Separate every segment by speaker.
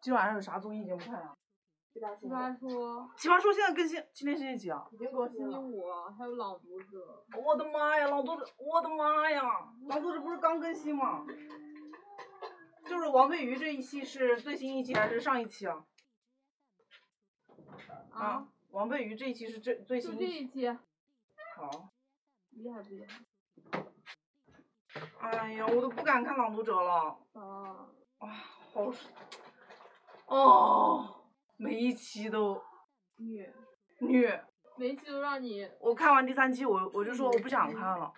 Speaker 1: 今晚上有啥综艺节目看呀？
Speaker 2: 奇葩
Speaker 3: 奇
Speaker 2: 说
Speaker 3: 葩 说，
Speaker 1: 奇葩说现在更新，今天星期几啊？
Speaker 2: 已经更
Speaker 3: 星
Speaker 2: 新
Speaker 3: 期
Speaker 2: 了，
Speaker 3: 五，还有朗读者，
Speaker 1: 我的妈呀，老头子，我的妈呀，老头子不是刚更新吗？就是王飞宇这一期是最新一期还是上一期啊？
Speaker 3: 啊，，
Speaker 1: 王飞宇这一期是最最
Speaker 3: 就
Speaker 1: 新
Speaker 3: 这
Speaker 1: 一期。
Speaker 3: 一期，
Speaker 1: 好，
Speaker 3: 厉害不厉害？
Speaker 1: 哎呀，我都不敢看《朗读者》了，
Speaker 3: 啊，
Speaker 1: 好，哦，每一期都
Speaker 3: 虐，
Speaker 1: 虐。
Speaker 3: 每一期都让你
Speaker 1: 我看完第三期，我我就说我不想看了，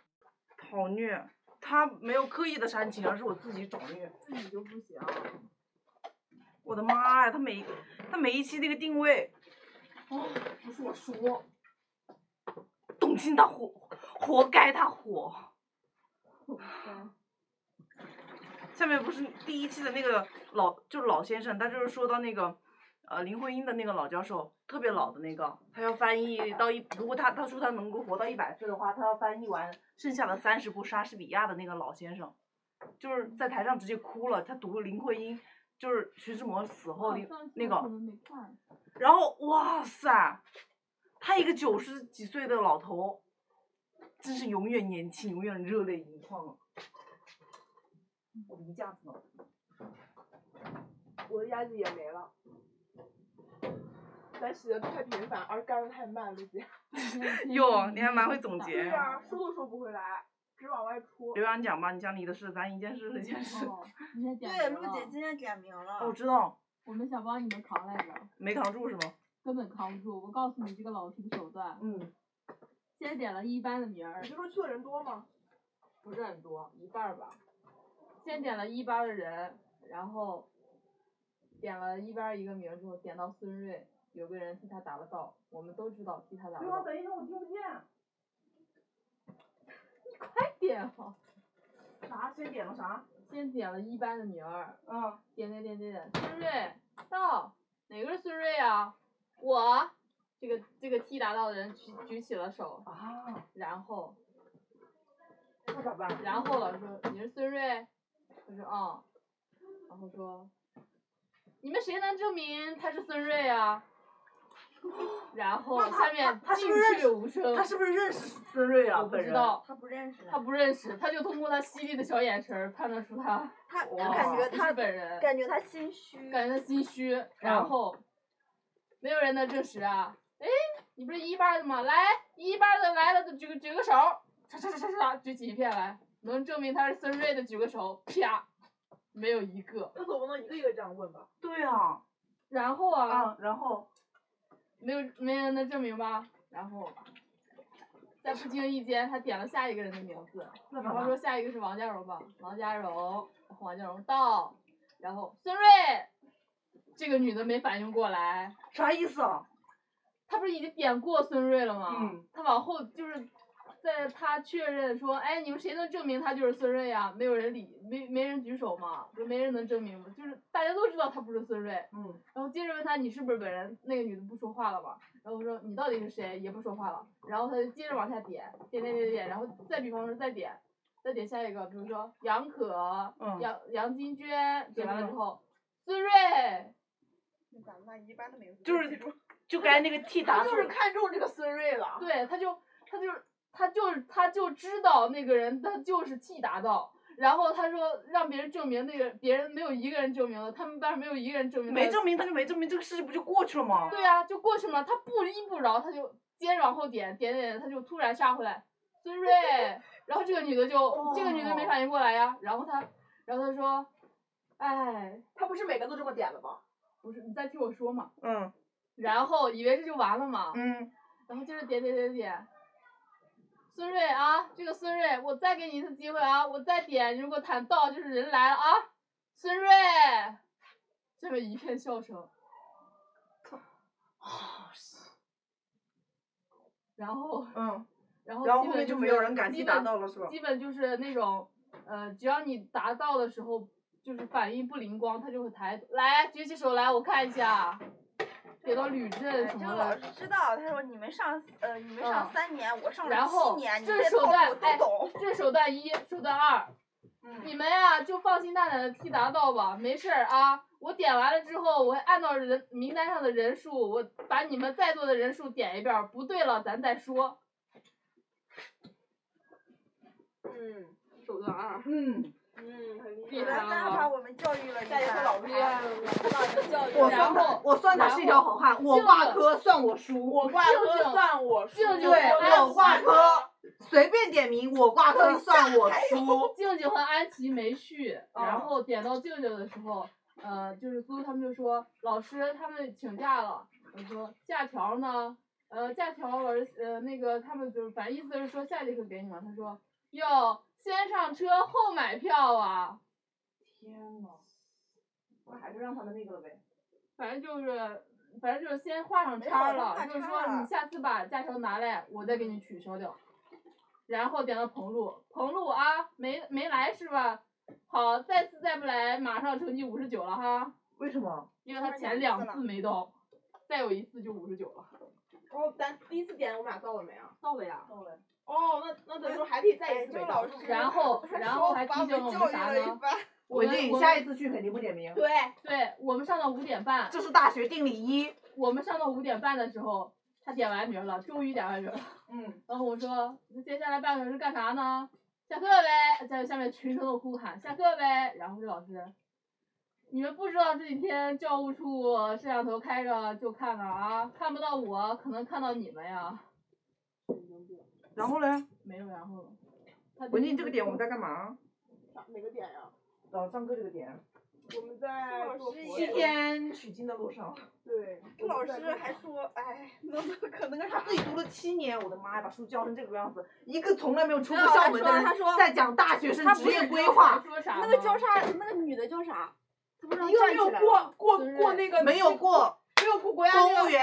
Speaker 1: 好虐。他没有刻意的煽情，而是我自己找虐。
Speaker 3: 自己就不行，
Speaker 1: 我的妈呀，他每他每一期那个定位，哦，不是我说，董卿她火，活该她火。嗯下面不是第一期的那个老，就是老先生，他就是说到那个，呃，林徽因的那个老教授，特别老的那个，他要翻译到一，如果他他说他能够活到一百岁的话，他要翻译完剩下的三十部莎士比亚的那个老先生，就是在台上直接哭了，他读林徽因，就是徐志摩死后
Speaker 3: 上
Speaker 1: 的
Speaker 3: 次我
Speaker 1: 哦那
Speaker 3: 可
Speaker 1: 个，
Speaker 3: 能没 看，
Speaker 1: 然后哇塞，他一个九十几岁的老头，真是永远年轻，永远热泪盈眶啊！我离架子呢。
Speaker 2: 我的鸭子也没了。咱洗的太频繁，而干的太慢，了
Speaker 4: 啊
Speaker 2: 姐。
Speaker 1: 哟，你还蛮会总结
Speaker 2: 对
Speaker 1: 呀、
Speaker 3: 啊
Speaker 2: 呀、说都说不回来，只往外出。
Speaker 1: 刘洋讲吧，你讲你的事，咱一件事一件事。哦
Speaker 3: 哦，你还点
Speaker 4: 对，
Speaker 3: 名
Speaker 4: 陆姐
Speaker 3: 了
Speaker 4: 今天点名了。
Speaker 2: 哦
Speaker 1: 我知道，
Speaker 3: 我们想帮你们扛来着，
Speaker 1: 没扛住是吗？
Speaker 3: 根本扛不住。我告诉你这个老师的手段，
Speaker 1: 嗯。
Speaker 3: 先点了一班的名儿
Speaker 2: 你，就说去的人多吗？
Speaker 3: 不是很多，一半儿吧。先点了一班的人，然后点了一班一个名儿之后，点到孙瑞，有个人替他答了道，我们都知道替他答了道。
Speaker 1: 等一下，我听不见。
Speaker 3: 快点啊！
Speaker 1: 啥？先点了啥？
Speaker 3: 先点了一班的名儿，
Speaker 1: 嗯。
Speaker 3: 点点点点点，孙瑞到，哪个是孙瑞啊？我，这个这个替答到的人举举起了手，
Speaker 1: 啊，
Speaker 3: 然后
Speaker 1: 那咋办？
Speaker 3: 然后老师说你是孙瑞，我说啊、然后说你们谁能证明他是孙瑞啊？然后
Speaker 1: 那他
Speaker 3: 下面
Speaker 1: 他他是不是
Speaker 3: 静
Speaker 1: 认识
Speaker 3: 去无声
Speaker 1: 他，是不是认识孙瑞啊？
Speaker 3: 我不
Speaker 1: 本
Speaker 3: 知
Speaker 1: 人。
Speaker 3: 道，
Speaker 4: 他不认识，
Speaker 3: 他不认识，他就通过他犀利的小眼神儿判断出他
Speaker 4: 他
Speaker 1: 哇
Speaker 4: 他感觉
Speaker 3: 不是
Speaker 4: 他
Speaker 3: 哦本人，
Speaker 4: 感觉他心虚。嗯
Speaker 3: 感觉他心虚，然后没有人能证实啊。哎，你不是一班的吗？来，一班的来了，举个举个手，嚓嚓嚓嚓嚓，举起一片来，能证明他是孙瑞的举个手，啪，没有一个。
Speaker 2: 那总不能一个一个这样问吧？
Speaker 1: 对啊。
Speaker 3: 然后啊，
Speaker 1: 啊，然后
Speaker 3: 没有没人能证明吧？然后，在不经意间，他点了下一个人的名字，
Speaker 1: 那咋
Speaker 3: 然后
Speaker 1: 办？
Speaker 3: 说下一个是王家荣吧，王家荣，王家荣到，然后孙瑞，这个女的没反应过来，
Speaker 1: 啥意思啊？
Speaker 3: 他不是已经点过孙瑞了吗？
Speaker 1: 嗯
Speaker 3: 他往后就是在他确认说，哎，你们谁能证明他就是孙瑞呀、没有人理，没没人举手嘛，就没人能证明嘛，就是大家都知道他不是孙瑞。
Speaker 1: 嗯。
Speaker 3: 然后接着问他你是不是本人，那个女的不说话了嘛，然后说你到底是谁，也不说话了。然后他就接着往下点，点点点点，然后再比方说再点，再点下一个，比如说杨可、
Speaker 1: 嗯
Speaker 3: 杨杨金娟，点完了之后，孙瑞，
Speaker 2: 咱们那一般的名字
Speaker 1: 就是就该那个替答
Speaker 2: 他
Speaker 1: 错
Speaker 2: 就是看中这个孙瑞了。
Speaker 3: 对，他就他就是他就是他就知道那个人他就是替达到，然后他说让别人证明那个别人没有一个人证明了，他们班没有一个人证明。
Speaker 1: 没证。明，他就没证明，这个事情不就过去了吗？
Speaker 3: 对呀、就过去嘛，他不依不饶，他就接着往后点点点，他就突然杀回来，孙 瑞，然后这个女的就、
Speaker 1: 哦
Speaker 3: 这个女的没反应过来呀，然后他然后他说，哎，
Speaker 2: 他不是每个都这么点的吧？
Speaker 3: 不是你再听我说嘛，
Speaker 1: 嗯
Speaker 3: 然后以为这就完了嘛，
Speaker 1: 嗯，
Speaker 3: 然后接着点点点点。孙瑞啊，这个孙瑞，我再给你一次机会啊，我再点，如果谈到就是人来了啊，孙瑞，下面一片笑声，
Speaker 1: 啊
Speaker 3: 然后
Speaker 1: 嗯，
Speaker 3: 然后
Speaker 1: 然后
Speaker 3: 基
Speaker 1: 后
Speaker 3: 本
Speaker 1: 面就没
Speaker 3: 是
Speaker 1: 有人敢
Speaker 3: 基
Speaker 1: 替
Speaker 3: 本
Speaker 1: 答到了是吧
Speaker 3: 基本就是那种，呃，只要你答到的时候，就是反应不灵光，他就会抬头来举起手来，我看一下，给到吕
Speaker 4: 哎
Speaker 3: 震什
Speaker 4: 这
Speaker 3: 么
Speaker 4: 个老
Speaker 3: 的，
Speaker 4: 师知道，他说你们上呃你们上
Speaker 3: 嗯
Speaker 4: 三年，我上
Speaker 3: 然
Speaker 4: 了七
Speaker 3: 后
Speaker 4: 年，你
Speaker 3: 这
Speaker 4: 这
Speaker 3: 手
Speaker 4: 套
Speaker 3: 段
Speaker 4: 我
Speaker 3: 哎
Speaker 4: 都懂。
Speaker 3: 这是手段一，手段二，你们呀、就放心大胆的踢达道吧，没事儿啊。我点完了之后，我会按照人名单上的人数，我把你们在座的人数点一遍儿，不对了咱再说。
Speaker 2: 嗯
Speaker 5: 手段二，
Speaker 1: 嗯，
Speaker 5: 嗯，很
Speaker 3: 厉
Speaker 5: 厉
Speaker 3: 害
Speaker 5: 害。
Speaker 4: 咱俩把我们教育了一
Speaker 2: 下一回
Speaker 4: 番
Speaker 2: 老厉害了，
Speaker 1: 我
Speaker 3: 然
Speaker 1: 算他
Speaker 3: 后，
Speaker 1: 我算他
Speaker 3: 然
Speaker 1: 是一条好汉，我挂
Speaker 3: 就
Speaker 1: 科算我输，
Speaker 2: 我挂
Speaker 3: 就
Speaker 2: 科
Speaker 3: 就
Speaker 2: 算我输，
Speaker 3: 就就
Speaker 1: 对我挂科，随便点名我挂科算我输，
Speaker 3: 静静和安琪没去，
Speaker 2: 啊
Speaker 3: 然后点到静静的时候，呃，就是苏他们就说老师他们请假了，我说假条呢？呃，假条我是呃那个他们就是反正意思是说下节课给你嘛，他说哟先上车后买票啊，
Speaker 1: 天呐，我还是让他们那个了呗。
Speaker 3: 反正就是反正就是先画上
Speaker 4: 没有
Speaker 3: 叉儿
Speaker 4: 都
Speaker 3: 了，
Speaker 4: 画
Speaker 3: 就是
Speaker 4: 叉
Speaker 3: 说
Speaker 4: 了
Speaker 3: 你下次把假条拿来，我再给你取消掉。然后点到彭璐，彭璐啊，没没来是吧？好，再次再不来，马上成绩五十九了哈，
Speaker 1: 为什么？
Speaker 3: 因为他
Speaker 4: 他
Speaker 3: 前
Speaker 4: 两
Speaker 3: 两
Speaker 4: 次
Speaker 3: 次没到，再有一次就五十九了。
Speaker 2: 哦，咱第一次点我们俩到了没啊？
Speaker 5: 到了呀，
Speaker 2: 哦，那那等于说还可以再
Speaker 4: 哎
Speaker 2: 一次
Speaker 4: 这
Speaker 2: 没
Speaker 4: 个
Speaker 2: 到
Speaker 4: 老。师，
Speaker 3: 然后
Speaker 4: 他
Speaker 3: 然
Speaker 4: 说
Speaker 3: 后还
Speaker 4: 把
Speaker 3: 提
Speaker 4: 们
Speaker 3: 醒我们
Speaker 4: 教育
Speaker 3: 啥
Speaker 4: 了一
Speaker 3: 呢
Speaker 4: 番
Speaker 3: 我
Speaker 1: 稳
Speaker 3: 们
Speaker 1: 定，
Speaker 3: 我
Speaker 1: 下
Speaker 3: 们
Speaker 1: 一次去肯定不点名。
Speaker 2: 对，
Speaker 3: 对我们上到五点半，
Speaker 1: 这是大学定理一。
Speaker 3: 我们上到五点半的时候，他点完名了，终于点完名了。
Speaker 1: 嗯，
Speaker 3: 然后我说，那接下来半个小时干啥呢？下课呗！在下面群众的呼喊，下课呗！然后这老师，你们不知道这几天教务处摄像头开着就看了啊，看不到我，可能看到你们呀。
Speaker 1: 然后嘞，
Speaker 3: 没有然后了。他
Speaker 1: 文静这个点我们在干嘛？
Speaker 2: 哪个点呀？
Speaker 1: 早上课这个点，
Speaker 2: 我们在做活
Speaker 1: 西
Speaker 2: 动。
Speaker 1: 天取经的路上，
Speaker 2: 对，
Speaker 4: 这老师还说，哎，能不能可那个
Speaker 1: 他
Speaker 4: 啥？
Speaker 1: 自己读了七年，我的妈呀，把书教成这个样子，一个从来没有出过
Speaker 4: 没有
Speaker 1: 校门的人，
Speaker 4: 他说他说
Speaker 1: 在讲大学生
Speaker 4: 他
Speaker 1: 职
Speaker 4: 不是
Speaker 1: 业规
Speaker 3: 他
Speaker 1: 划，
Speaker 3: 说啥呢？
Speaker 4: 那个叫啥？那个女的叫啥？她不是
Speaker 2: 一
Speaker 4: 让
Speaker 2: 个
Speaker 4: 站
Speaker 2: 没
Speaker 4: 起
Speaker 2: 有
Speaker 4: 来了
Speaker 2: 过过
Speaker 3: 就是
Speaker 2: 过那个
Speaker 1: 没有过
Speaker 2: 没有过国家啊
Speaker 1: 公务员、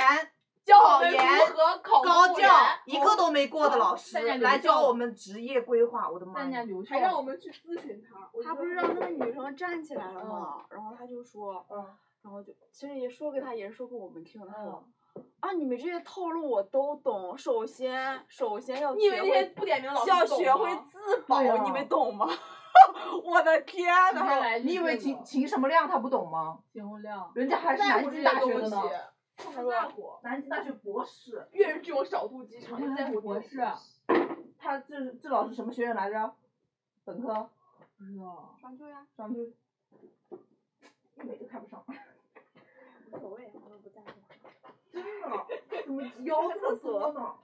Speaker 2: 教
Speaker 1: 考
Speaker 2: 委
Speaker 1: 研、
Speaker 2: 如何考
Speaker 1: 高
Speaker 2: 公务
Speaker 1: 教
Speaker 2: 员
Speaker 1: 一
Speaker 3: 哦
Speaker 1: 个都没过的老师
Speaker 3: 在家留
Speaker 1: 来教
Speaker 3: 校
Speaker 1: 我们职业规划，我的妈
Speaker 3: 人家
Speaker 1: 呀！
Speaker 3: 刘秀
Speaker 2: 还，让我们去咨询他，我
Speaker 4: 他
Speaker 2: 觉
Speaker 4: 不
Speaker 2: 得
Speaker 4: 是让那个女生站起来了吗？然后他就说，
Speaker 1: 嗯
Speaker 4: 然后就其实也说给他，也是说给我们听的。他说啊，你们这些套路我都懂，首先首先要
Speaker 2: 你以为
Speaker 4: 学
Speaker 2: 那些
Speaker 4: 会
Speaker 2: 不点名老师
Speaker 4: 要
Speaker 2: 懂
Speaker 4: 学会
Speaker 2: 吗
Speaker 4: 自保，
Speaker 1: 对呀
Speaker 4: 你们懂吗？ 我的天
Speaker 3: 直接
Speaker 4: 呐！
Speaker 3: 来
Speaker 1: 你以为秦秦什么亮他不懂吗？
Speaker 3: 秦洪亮，
Speaker 1: 人家还是
Speaker 2: 在
Speaker 1: 南
Speaker 2: 乎这
Speaker 1: 京
Speaker 2: 些
Speaker 1: 大学
Speaker 2: 东
Speaker 1: 的
Speaker 2: 西
Speaker 1: 呢，，
Speaker 2: 他们在乎。
Speaker 1: 南京大学博士，
Speaker 2: 越是这种少数机 场，
Speaker 3: 哎我啊
Speaker 2: 越在乎
Speaker 3: 博
Speaker 2: 这种
Speaker 3: 士
Speaker 2: 东西
Speaker 1: 他这这老师什么学院来着？本科
Speaker 3: 不知道。
Speaker 4: 上去呀，
Speaker 1: 商周，一美都看不上。
Speaker 4: 无所谓，我都不在乎。
Speaker 1: 真的，怎 么腰瑟瑟呢？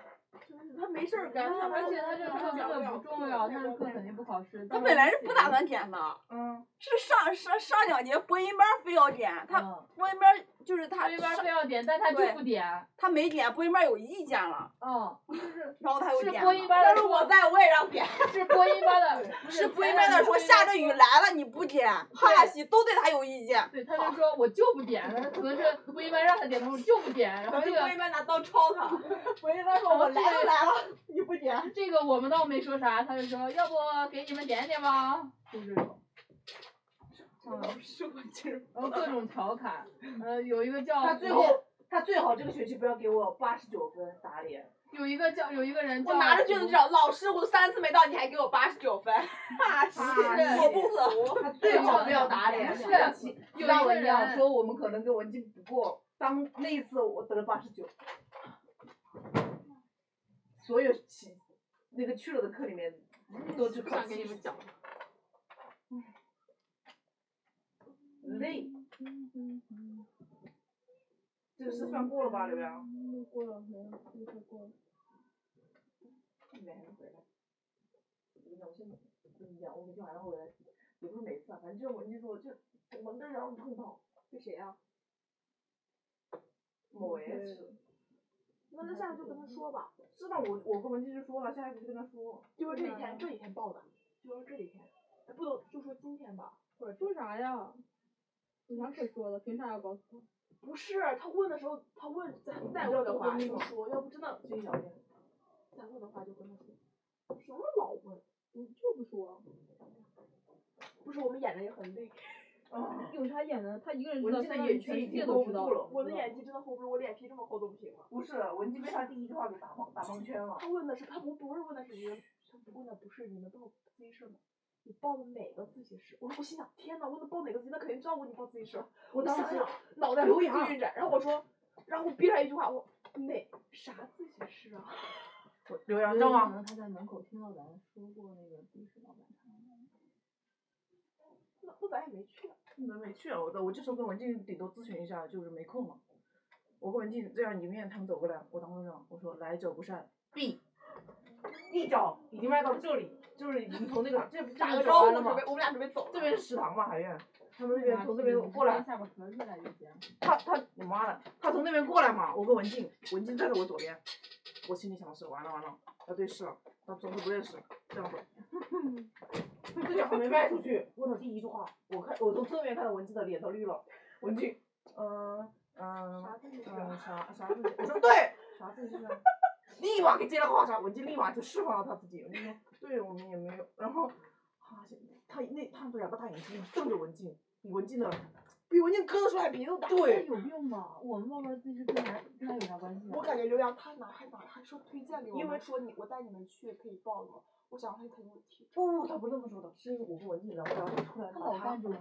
Speaker 2: 他没事儿干，他
Speaker 3: 而且他这
Speaker 2: 这
Speaker 3: 个
Speaker 2: 课
Speaker 3: 课根本不重要，他这课肯定不考试。
Speaker 4: 他本来是不打算点的，
Speaker 1: 嗯，
Speaker 4: 是上上上两节播音班非要点，他
Speaker 3: 嗯，
Speaker 4: 播音班就是他
Speaker 3: 他这边
Speaker 4: 上
Speaker 3: 非要点，但他就
Speaker 4: 对
Speaker 3: 不点。
Speaker 4: 他没点，播音班有意见了，
Speaker 3: 嗯，
Speaker 4: 然后他又
Speaker 3: 是
Speaker 4: 点
Speaker 3: 播音
Speaker 4: 了。
Speaker 3: 班的。
Speaker 2: 但是我在，我也让点。
Speaker 3: 是播音班的，哎不
Speaker 4: 是播音
Speaker 3: 前
Speaker 4: 班
Speaker 3: 两
Speaker 4: 的
Speaker 3: 天
Speaker 4: 说
Speaker 3: 播音
Speaker 4: 下
Speaker 3: 班
Speaker 4: 着雨
Speaker 3: 说。
Speaker 4: 来了你不点，哈拉西都对他有意见。
Speaker 3: 对，他就说我就不点，他可能是播音班让他点，他说就不点，然后
Speaker 2: 然后
Speaker 3: 这
Speaker 2: 就故意
Speaker 3: 个
Speaker 2: 班拿刀抄他， 我一般说我来都来了，你不点，
Speaker 3: 这个我们倒没说啥，他就说要不给你们点点吧，就这种，嗯，
Speaker 2: 是我今儿
Speaker 3: 然后各种调侃，呃，有一个叫
Speaker 1: 他最后他最好这个学期不要给我八十九分，打脸。
Speaker 3: 有一个叫有一个人叫
Speaker 2: 我拿着卷子就找老师，我都三次没到，你还给我八十九 分，哈是
Speaker 1: 啊是
Speaker 2: 我不服。
Speaker 1: 他最好不要打 脸。
Speaker 3: 是
Speaker 1: 上期
Speaker 3: 有
Speaker 1: 让
Speaker 3: 一
Speaker 1: 我
Speaker 3: 个
Speaker 1: 一样
Speaker 3: 人
Speaker 1: 说我们可能跟文静不过，当那一次我得了八十九，所有去那个去了的课里面都去
Speaker 2: 不
Speaker 1: 考
Speaker 2: 想给你们讲，
Speaker 1: 嗯累。
Speaker 3: 嗯
Speaker 1: 这个事算过了吧，刘洋？
Speaker 3: 嗯过了没有？这个过了。
Speaker 1: 没还没回来。我跟你讲，我现在跟你嗯讲，我每天晚上回来，也不是每次啊，反正就是我跟你说，我就我们都让我碰到啊
Speaker 2: 这谁呀？
Speaker 1: 某维是。
Speaker 2: 嗯那就下次就跟他说吧，
Speaker 1: 是的，我我跟文静就说了，下一步就跟他说，嗯
Speaker 2: 就说这几天这几天报的，就说这几天，哎不能就说今天吧，或者
Speaker 3: 说啥呀？有啥可说的？凭啥要告诉他？
Speaker 2: 不是他问的时候，他问再再问的话就说，要不真的
Speaker 1: 这一小天，
Speaker 2: 再问的话就跟他说，什么老问，
Speaker 3: 我就不说。
Speaker 2: 不是我们演的也很累，
Speaker 1: 啊，
Speaker 3: 有啥演的？他一个人知道，
Speaker 1: 文静的
Speaker 3: 相当于
Speaker 1: 眼
Speaker 3: 全
Speaker 1: 睛已
Speaker 3: 世界
Speaker 1: 经
Speaker 3: 都
Speaker 1: hold
Speaker 3: 知
Speaker 1: 不
Speaker 3: 道
Speaker 1: 住。了，
Speaker 2: 我的眼睛真的 hold 不住，我脸皮这么厚都不行了。
Speaker 1: 不是文静被他第一句话给打蒙打蒙圈了
Speaker 2: 他。问的是他不不是问的是你们，他不问的不是你们到自习室吗？你报的哪个自习室？我说我心想，天呐，我能报哪个自习？那肯定照顾你报自习室。我当
Speaker 3: 当
Speaker 2: 时
Speaker 3: 时
Speaker 2: 脑袋
Speaker 1: 留
Speaker 2: 飞
Speaker 1: 洋
Speaker 2: 速运转，然后我说，然后我憋出来一句话，我哪啥自习室啊？
Speaker 1: 刘洋，
Speaker 3: 有
Speaker 1: 你知道
Speaker 3: 可
Speaker 1: 吗？
Speaker 3: 能他在门口听到咱说过那个的士老板他们
Speaker 2: 那那咱也没去啊。
Speaker 1: 你们没去啊？我的我这时候跟文静顶多咨询一下，就是没空嘛。我跟文静这样迎面，他们走过来，我当时想，我说来者不善，B，一脚已经迈到这里，就是已经从那个这不
Speaker 2: 打
Speaker 1: 打
Speaker 2: 个
Speaker 1: 个招呼
Speaker 2: 招呼，我
Speaker 1: 了嘛
Speaker 2: 们准备，我们俩准备走
Speaker 1: 这
Speaker 2: 了。
Speaker 1: 边是食堂嘛，海苑，他们那
Speaker 3: 对啊
Speaker 1: 边从那边过来，
Speaker 3: 下巴壳越来越尖。
Speaker 1: 他他你妈的，他从那边过来嘛，我跟文静，文静站在我左边，我心里想的是完了完了，要对视了，他总是不认识，这样子，这脚还没迈出去，问了第一句话，我看我从侧面看到文静的脸都绿了，文静，嗯嗯
Speaker 2: 啥自习室啊？
Speaker 1: 嗯啥啥自己，我说对，啥自己是啊， 立马给接了个话茬，文静立马就释放了他自己，我就说对我们也没有，然后。啊他那他两个大眼睛瞪着文静，比文静的，比文静胳膊出来鼻子大。
Speaker 3: 那有用吗？我们报班自习跟他跟他有啥关系啊？
Speaker 2: 我感觉刘洋他哪还哪还说推荐给我
Speaker 1: 因为
Speaker 2: 们，说你我带你们去可以报吗？我想他肯定听。
Speaker 1: 不不，他不是这么说的，是因为我跟文静聊着聊着，突然
Speaker 3: 他
Speaker 1: 把
Speaker 3: 老
Speaker 1: 他
Speaker 3: 干这种。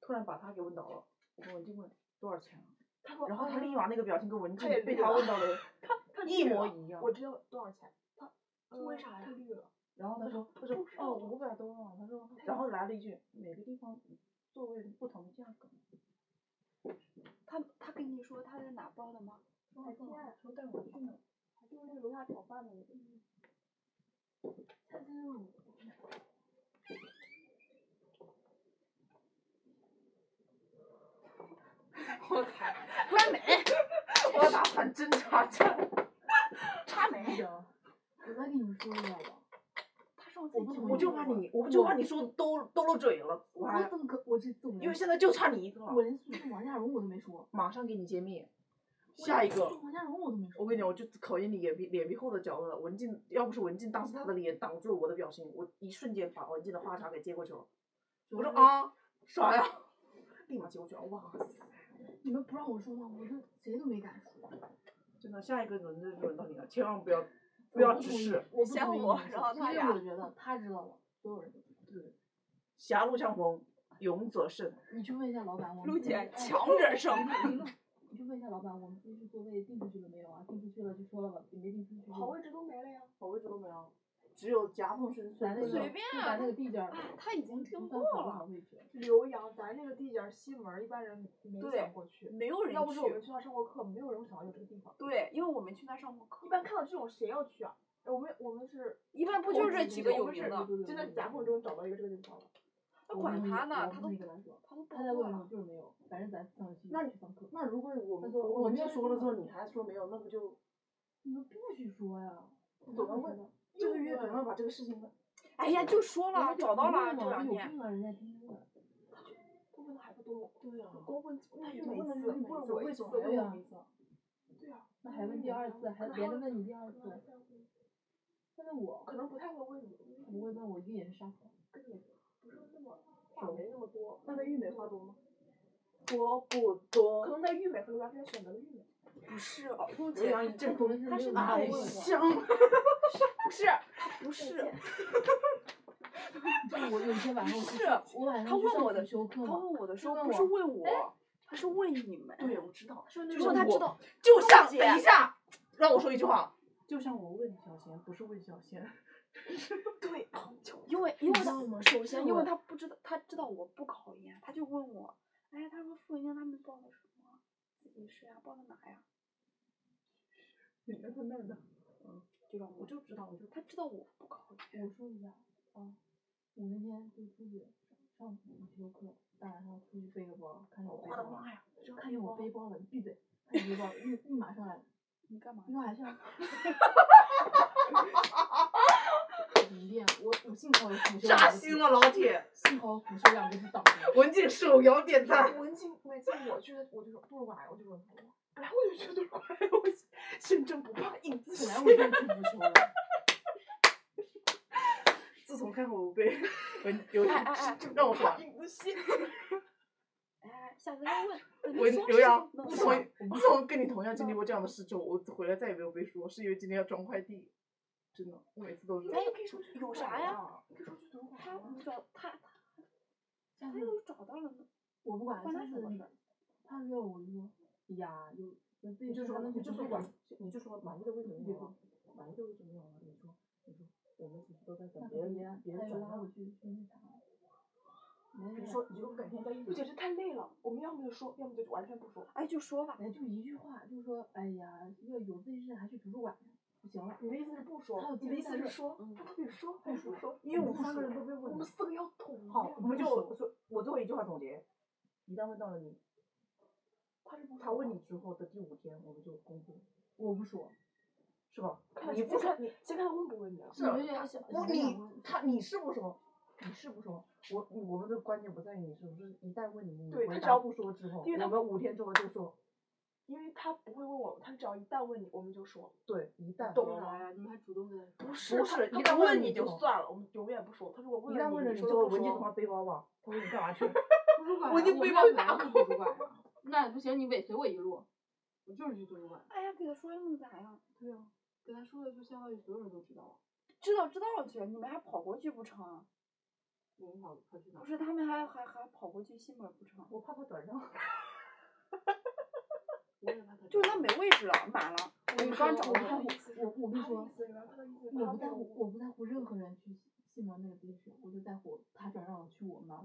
Speaker 1: 突然把他给问倒了。我跟文静问多少钱啊、
Speaker 2: 他说，
Speaker 1: 然后他
Speaker 2: 嗯
Speaker 1: 立马那个表情跟文
Speaker 2: 他
Speaker 1: 静
Speaker 2: 也
Speaker 1: 被
Speaker 2: 绿
Speaker 1: 他
Speaker 2: 了
Speaker 1: 问到的
Speaker 2: 他他
Speaker 1: 一
Speaker 2: 绿
Speaker 1: 模
Speaker 2: 了
Speaker 1: 一样。
Speaker 2: 我知道多少钱。他
Speaker 4: 嗯
Speaker 2: 为啥呀？
Speaker 4: 他
Speaker 2: 绿了。
Speaker 1: 然后他说他说哦五百多啊，他说然后来了一句每个地方座位不同的价格。
Speaker 4: 他他跟你说他在哪报的吗？
Speaker 2: 我天，
Speaker 1: 说带我去呢，
Speaker 2: 就是那个楼下炒饭的那个。
Speaker 1: 我操，关美，我打算侦查站，差没。
Speaker 3: 我再跟你们说一下吧。
Speaker 4: 他上次
Speaker 3: 我不
Speaker 4: 讲
Speaker 3: 同
Speaker 1: 我
Speaker 4: 过
Speaker 3: 意
Speaker 1: 就
Speaker 4: 吗
Speaker 1: 怕你，我就怕你说兜兜了嘴了，我
Speaker 3: 我
Speaker 1: 还
Speaker 3: 怎么可？我这次我
Speaker 1: 因为
Speaker 3: 连
Speaker 1: 现在就差你一个了
Speaker 3: 我，连宿舍王嘉荣我都没说。
Speaker 1: 马上给你揭秘。
Speaker 3: 我
Speaker 1: 下一
Speaker 3: 连
Speaker 1: 个
Speaker 3: 宿，舍王嘉荣我都没说。
Speaker 1: 我跟你讲，我就考验你脸皮脸皮厚的角度了。文静，要不是文静当时她的脸挡住了我的表情，我一瞬间把文静的话茬给接过去了。我说
Speaker 3: 嗯
Speaker 1: 啊，啥呀？立马接过去了。哇塞，
Speaker 3: 你们不让我说吗？我就谁都没敢说。
Speaker 1: 真的，下一个轮子就轮到你了，千万不要不要直视。
Speaker 3: 我不
Speaker 4: 先
Speaker 3: 同意
Speaker 4: 我
Speaker 3: 你的说
Speaker 4: 然后他
Speaker 3: 因
Speaker 4: 俩
Speaker 3: 为我觉得他知道了，所有人都知道。
Speaker 1: 对，狭路相逢勇者胜。
Speaker 3: 你去问一下老板，我们
Speaker 4: 陆
Speaker 3: 自己
Speaker 4: 姐
Speaker 3: 哎
Speaker 4: 强忍生，
Speaker 3: 你去问一下老板，我们自己去座位订出去了没有啊？订出去了就说了吧，也没订出去。
Speaker 2: 好位置都没了呀。
Speaker 1: 我嗯位置都没有，只有夹缝深
Speaker 3: 咱那个
Speaker 1: 处。
Speaker 4: 随便
Speaker 3: 就咱那个地界儿，
Speaker 4: 哎他已经听
Speaker 3: 咱
Speaker 4: 过
Speaker 3: 找不
Speaker 4: 了，
Speaker 3: 好位置。
Speaker 2: 浏阳，咱这个地界儿西门儿，一般人没
Speaker 4: 对
Speaker 2: 想过去。
Speaker 4: 没有人
Speaker 2: 要不是我们
Speaker 4: 去。
Speaker 2: 去那上过课，没有人想要有这个地方。
Speaker 4: 对，因为我们去那上过课
Speaker 2: 一，般看到这种谁要去啊？我们我们是
Speaker 4: 一般不就是这几个有名
Speaker 2: 我
Speaker 4: 的？
Speaker 2: 们是真的夹缝中找到一个这个地方了。
Speaker 4: 那管他呢，他都
Speaker 3: 没跟他说，
Speaker 4: 他都不
Speaker 3: 他在问
Speaker 4: 了
Speaker 3: 我。就是没有，反正咱上去
Speaker 1: 那
Speaker 3: 去上课。
Speaker 1: 那如果我
Speaker 3: 他
Speaker 1: 们
Speaker 3: 说我
Speaker 1: 我们
Speaker 3: 们
Speaker 1: 说了之后，你还说没有，那不就
Speaker 3: 你们不许说呀！
Speaker 1: 总要问这个月总要把这个事情
Speaker 4: 哎呀，就说
Speaker 3: 人
Speaker 4: 了，
Speaker 3: 家
Speaker 4: 找到
Speaker 3: 有
Speaker 4: 了
Speaker 3: 病
Speaker 4: 这
Speaker 3: 啊
Speaker 4: 两
Speaker 3: 有
Speaker 4: 天。
Speaker 3: 病了，人家听着。
Speaker 2: 都问的还不多，
Speaker 1: 对呀、啊。
Speaker 2: 光问
Speaker 1: 那
Speaker 2: 那
Speaker 1: 就
Speaker 2: 就
Speaker 1: 问
Speaker 2: 问
Speaker 1: 了
Speaker 2: 了
Speaker 1: 就
Speaker 2: 就
Speaker 1: 问
Speaker 2: 问
Speaker 1: 我
Speaker 2: 我
Speaker 1: 一
Speaker 2: 一
Speaker 1: 次
Speaker 2: 次，
Speaker 1: 问
Speaker 2: 问
Speaker 3: 对
Speaker 1: 我
Speaker 3: 啊
Speaker 2: 我
Speaker 1: 一次。
Speaker 2: 对啊，
Speaker 3: 那还问第二次，还连着问你第二次，他问我，
Speaker 2: 可能不太会问你，因为
Speaker 3: 他不会问我一个眼神杀手。
Speaker 2: 跟你不是那么话没那么多。
Speaker 1: 那在玉梅花多吗？
Speaker 4: 多不多
Speaker 2: 可？能在玉美和刘洋之间选择了玉美。
Speaker 4: 不是哦，陆
Speaker 1: 刘
Speaker 4: 姐，
Speaker 1: 洋一阵风，
Speaker 3: 他是哪
Speaker 1: 哎
Speaker 3: 里问我？
Speaker 1: 香，
Speaker 4: 不是，不是，
Speaker 3: 就是我有些晚上我去
Speaker 4: 是
Speaker 3: 上我晚上
Speaker 4: 他
Speaker 3: 去
Speaker 4: 问
Speaker 3: 上
Speaker 4: 我
Speaker 3: 辅
Speaker 4: 的
Speaker 3: 修课
Speaker 4: 他
Speaker 3: 嘛，
Speaker 4: 问我的时
Speaker 3: 就
Speaker 4: 候
Speaker 3: 问
Speaker 4: 不是
Speaker 3: 我
Speaker 4: 问我，他是问你们。
Speaker 1: 对，我知道，
Speaker 2: 说
Speaker 1: 哎嗯那
Speaker 2: 那
Speaker 1: 就
Speaker 4: 说
Speaker 1: 种
Speaker 2: 种
Speaker 4: 他
Speaker 1: 我
Speaker 4: 知道，
Speaker 1: 就
Speaker 4: 陆
Speaker 1: 像
Speaker 4: 姐
Speaker 1: 等一下，让我说一句话，就像我问小贤，不是问小贤，
Speaker 2: 对，
Speaker 4: 因为因为
Speaker 3: 知
Speaker 4: 他
Speaker 3: 道吗
Speaker 4: 首
Speaker 3: 是
Speaker 4: 先因为
Speaker 3: 我
Speaker 4: 他不知道，他知道我不考研，他就问我，哎，他说傅莹莹他们报的什么自习室呀，报的哪呀？
Speaker 1: 你看他那的，
Speaker 3: 嗯
Speaker 4: 就让
Speaker 1: 我
Speaker 4: 我
Speaker 1: 就知道，我就
Speaker 4: 他知道我不考研，
Speaker 3: 我说一下啊，我那天就出去上上辅修课，大晚上出去背个包，看见我
Speaker 1: 我
Speaker 3: 背包
Speaker 1: 的
Speaker 3: 了，
Speaker 1: 妈呀，
Speaker 3: 就看见我背包了，你闭嘴，看见背包立立马上来，
Speaker 4: 你干嘛
Speaker 3: 你？干啥去啊？停电，我我幸好有辅修两
Speaker 1: 扎
Speaker 3: 个字，
Speaker 1: 心了，老铁，
Speaker 3: 幸好有辅修两个字挡着。
Speaker 1: 文静手摇点赞，
Speaker 2: 文静每次我去的，我就说多少晚，我就说多少晚，
Speaker 1: 然后我就觉得，哎呦，身正不怕影子
Speaker 3: 本来
Speaker 1: 斜
Speaker 3: 我。就去辅修了，
Speaker 1: 自从看我被文有
Speaker 4: 哎哎哎
Speaker 1: 让我说啊完，
Speaker 2: 影子细。
Speaker 4: 哎，下次再问。 等
Speaker 1: 文
Speaker 4: 你双
Speaker 1: 刘
Speaker 4: 十
Speaker 1: 洋，
Speaker 4: 弄
Speaker 1: 自
Speaker 4: 上
Speaker 1: 从
Speaker 2: 嗯
Speaker 1: 自从跟你同样经历过这样的事之后，我回来再也没有被说，是因为今天要装快递。真的，我每次都是。
Speaker 2: 哎，可以说去
Speaker 4: 有啥呀？
Speaker 2: 你可以说去图书馆
Speaker 4: 他
Speaker 2: 啊。
Speaker 4: 找他
Speaker 3: 下
Speaker 4: 他
Speaker 3: 次
Speaker 4: 又找到了呢，
Speaker 3: 我不管，
Speaker 4: 关
Speaker 3: 下
Speaker 4: 他什
Speaker 3: 次
Speaker 4: 么
Speaker 3: 你
Speaker 4: 事儿？
Speaker 3: 他约我，我就说，哎呀，有有自己
Speaker 2: 你就
Speaker 3: 就
Speaker 2: 说
Speaker 3: 说那
Speaker 2: 你
Speaker 3: 去
Speaker 2: 就
Speaker 3: 图
Speaker 2: 说嗯
Speaker 3: 书馆
Speaker 2: 管，，你就说满意的位置没有啊了，满意的位置没有了，你说你说我们其实都在等
Speaker 3: 那
Speaker 2: 别
Speaker 3: 可
Speaker 2: 人
Speaker 3: 别啊
Speaker 2: 别
Speaker 3: 他
Speaker 2: 人
Speaker 3: 又
Speaker 2: 转
Speaker 3: 拉
Speaker 2: 让
Speaker 3: 我。去去那啥，没
Speaker 2: 你
Speaker 3: 事，
Speaker 2: 说你就改天再一，我简直太累了，我们要么就说，要么就完全不说。
Speaker 4: 哎，就说吧，
Speaker 3: 哎，就一句话，就说，哎呀，要有自己事还去图书馆，不行了。
Speaker 2: 你的意思是不
Speaker 3: 他
Speaker 2: 说
Speaker 3: 有，
Speaker 2: 你的
Speaker 3: 精
Speaker 2: 意思
Speaker 3: 神
Speaker 2: 是
Speaker 3: 的
Speaker 2: 说，
Speaker 4: 嗯
Speaker 2: 他到底说还是不说？
Speaker 1: 因为我
Speaker 2: 我
Speaker 1: 们三
Speaker 2: 们
Speaker 1: 个
Speaker 2: 说
Speaker 1: 人都被问
Speaker 2: 我们
Speaker 1: 了。
Speaker 2: 四个要统一。啊
Speaker 1: 好，哦我们
Speaker 2: 不
Speaker 1: 就
Speaker 2: 说
Speaker 1: 所以我最后一句话总结：一旦问到了你，
Speaker 2: 他是不
Speaker 1: 他
Speaker 2: 说
Speaker 1: 问
Speaker 2: 吗
Speaker 1: 你，之后的第五天，我们就公布，
Speaker 3: 我不说，
Speaker 1: 是吧？
Speaker 2: 看
Speaker 1: 你
Speaker 2: 先
Speaker 1: 不说
Speaker 2: 看你先看他问不问你啊了。
Speaker 3: 你们俩
Speaker 1: 他
Speaker 3: 想
Speaker 1: 我
Speaker 3: 想
Speaker 1: 你
Speaker 3: 想
Speaker 1: 他你是不说，你是不说，我我们的观点不在于你是不是，一旦问你，你
Speaker 2: 对
Speaker 1: 回
Speaker 2: 他只
Speaker 1: 答
Speaker 2: 要
Speaker 1: 不说之后，
Speaker 2: 因为他
Speaker 1: 我们五天之后就说，
Speaker 2: 因为他不会问我，他只要一旦问你，我们就说。
Speaker 1: 对，一旦
Speaker 2: 懂
Speaker 1: 说
Speaker 2: 了
Speaker 1: 了
Speaker 4: 啥呀？你们还主动跟他说？
Speaker 2: 不是
Speaker 1: 不
Speaker 2: 他
Speaker 1: 是
Speaker 2: 他
Speaker 1: 一
Speaker 2: 不
Speaker 1: 旦问
Speaker 2: 问
Speaker 1: 你
Speaker 2: 你就
Speaker 1: 就
Speaker 2: 算了，我们永远不说。他如果
Speaker 1: 一
Speaker 2: 问
Speaker 1: 旦
Speaker 2: 你
Speaker 1: 问
Speaker 2: 你
Speaker 1: 了你
Speaker 2: 说
Speaker 1: 之
Speaker 2: 了
Speaker 1: 后，
Speaker 2: 不
Speaker 1: 文姬
Speaker 2: 说
Speaker 1: 同学背包吧，他问你干嘛 去？
Speaker 3: 图书馆，
Speaker 2: 我已经
Speaker 3: 不
Speaker 2: 背
Speaker 3: 知
Speaker 2: 包
Speaker 3: 道
Speaker 2: 打
Speaker 3: 怎么去图 书馆呀。那不行，你尾随我一路，
Speaker 4: 我就是去图书馆。哎呀，给他说又能咋样？对
Speaker 2: 啊
Speaker 4: 呀、给他说了就相当于所有人都知道了。知道知道了去，你们还跑过去不成？啊
Speaker 1: 我跑跑去哪
Speaker 4: 不？是，他们还还还跑过去西门不成？
Speaker 1: 我怕他转让。
Speaker 2: 我也怕他
Speaker 4: 就是
Speaker 2: 知
Speaker 4: 他
Speaker 2: 道
Speaker 4: 没位置了，满了。
Speaker 2: 我跟你
Speaker 3: 刚
Speaker 2: 说，我
Speaker 3: 找不
Speaker 2: 不在乎，
Speaker 3: 到我我我跟你说
Speaker 2: 他的意思，原来他的意思，
Speaker 3: 我
Speaker 2: 他
Speaker 3: 不在
Speaker 2: 没有
Speaker 3: 乎，我不在乎任何人去西西门那个地址，我就在乎他转让我去我妈。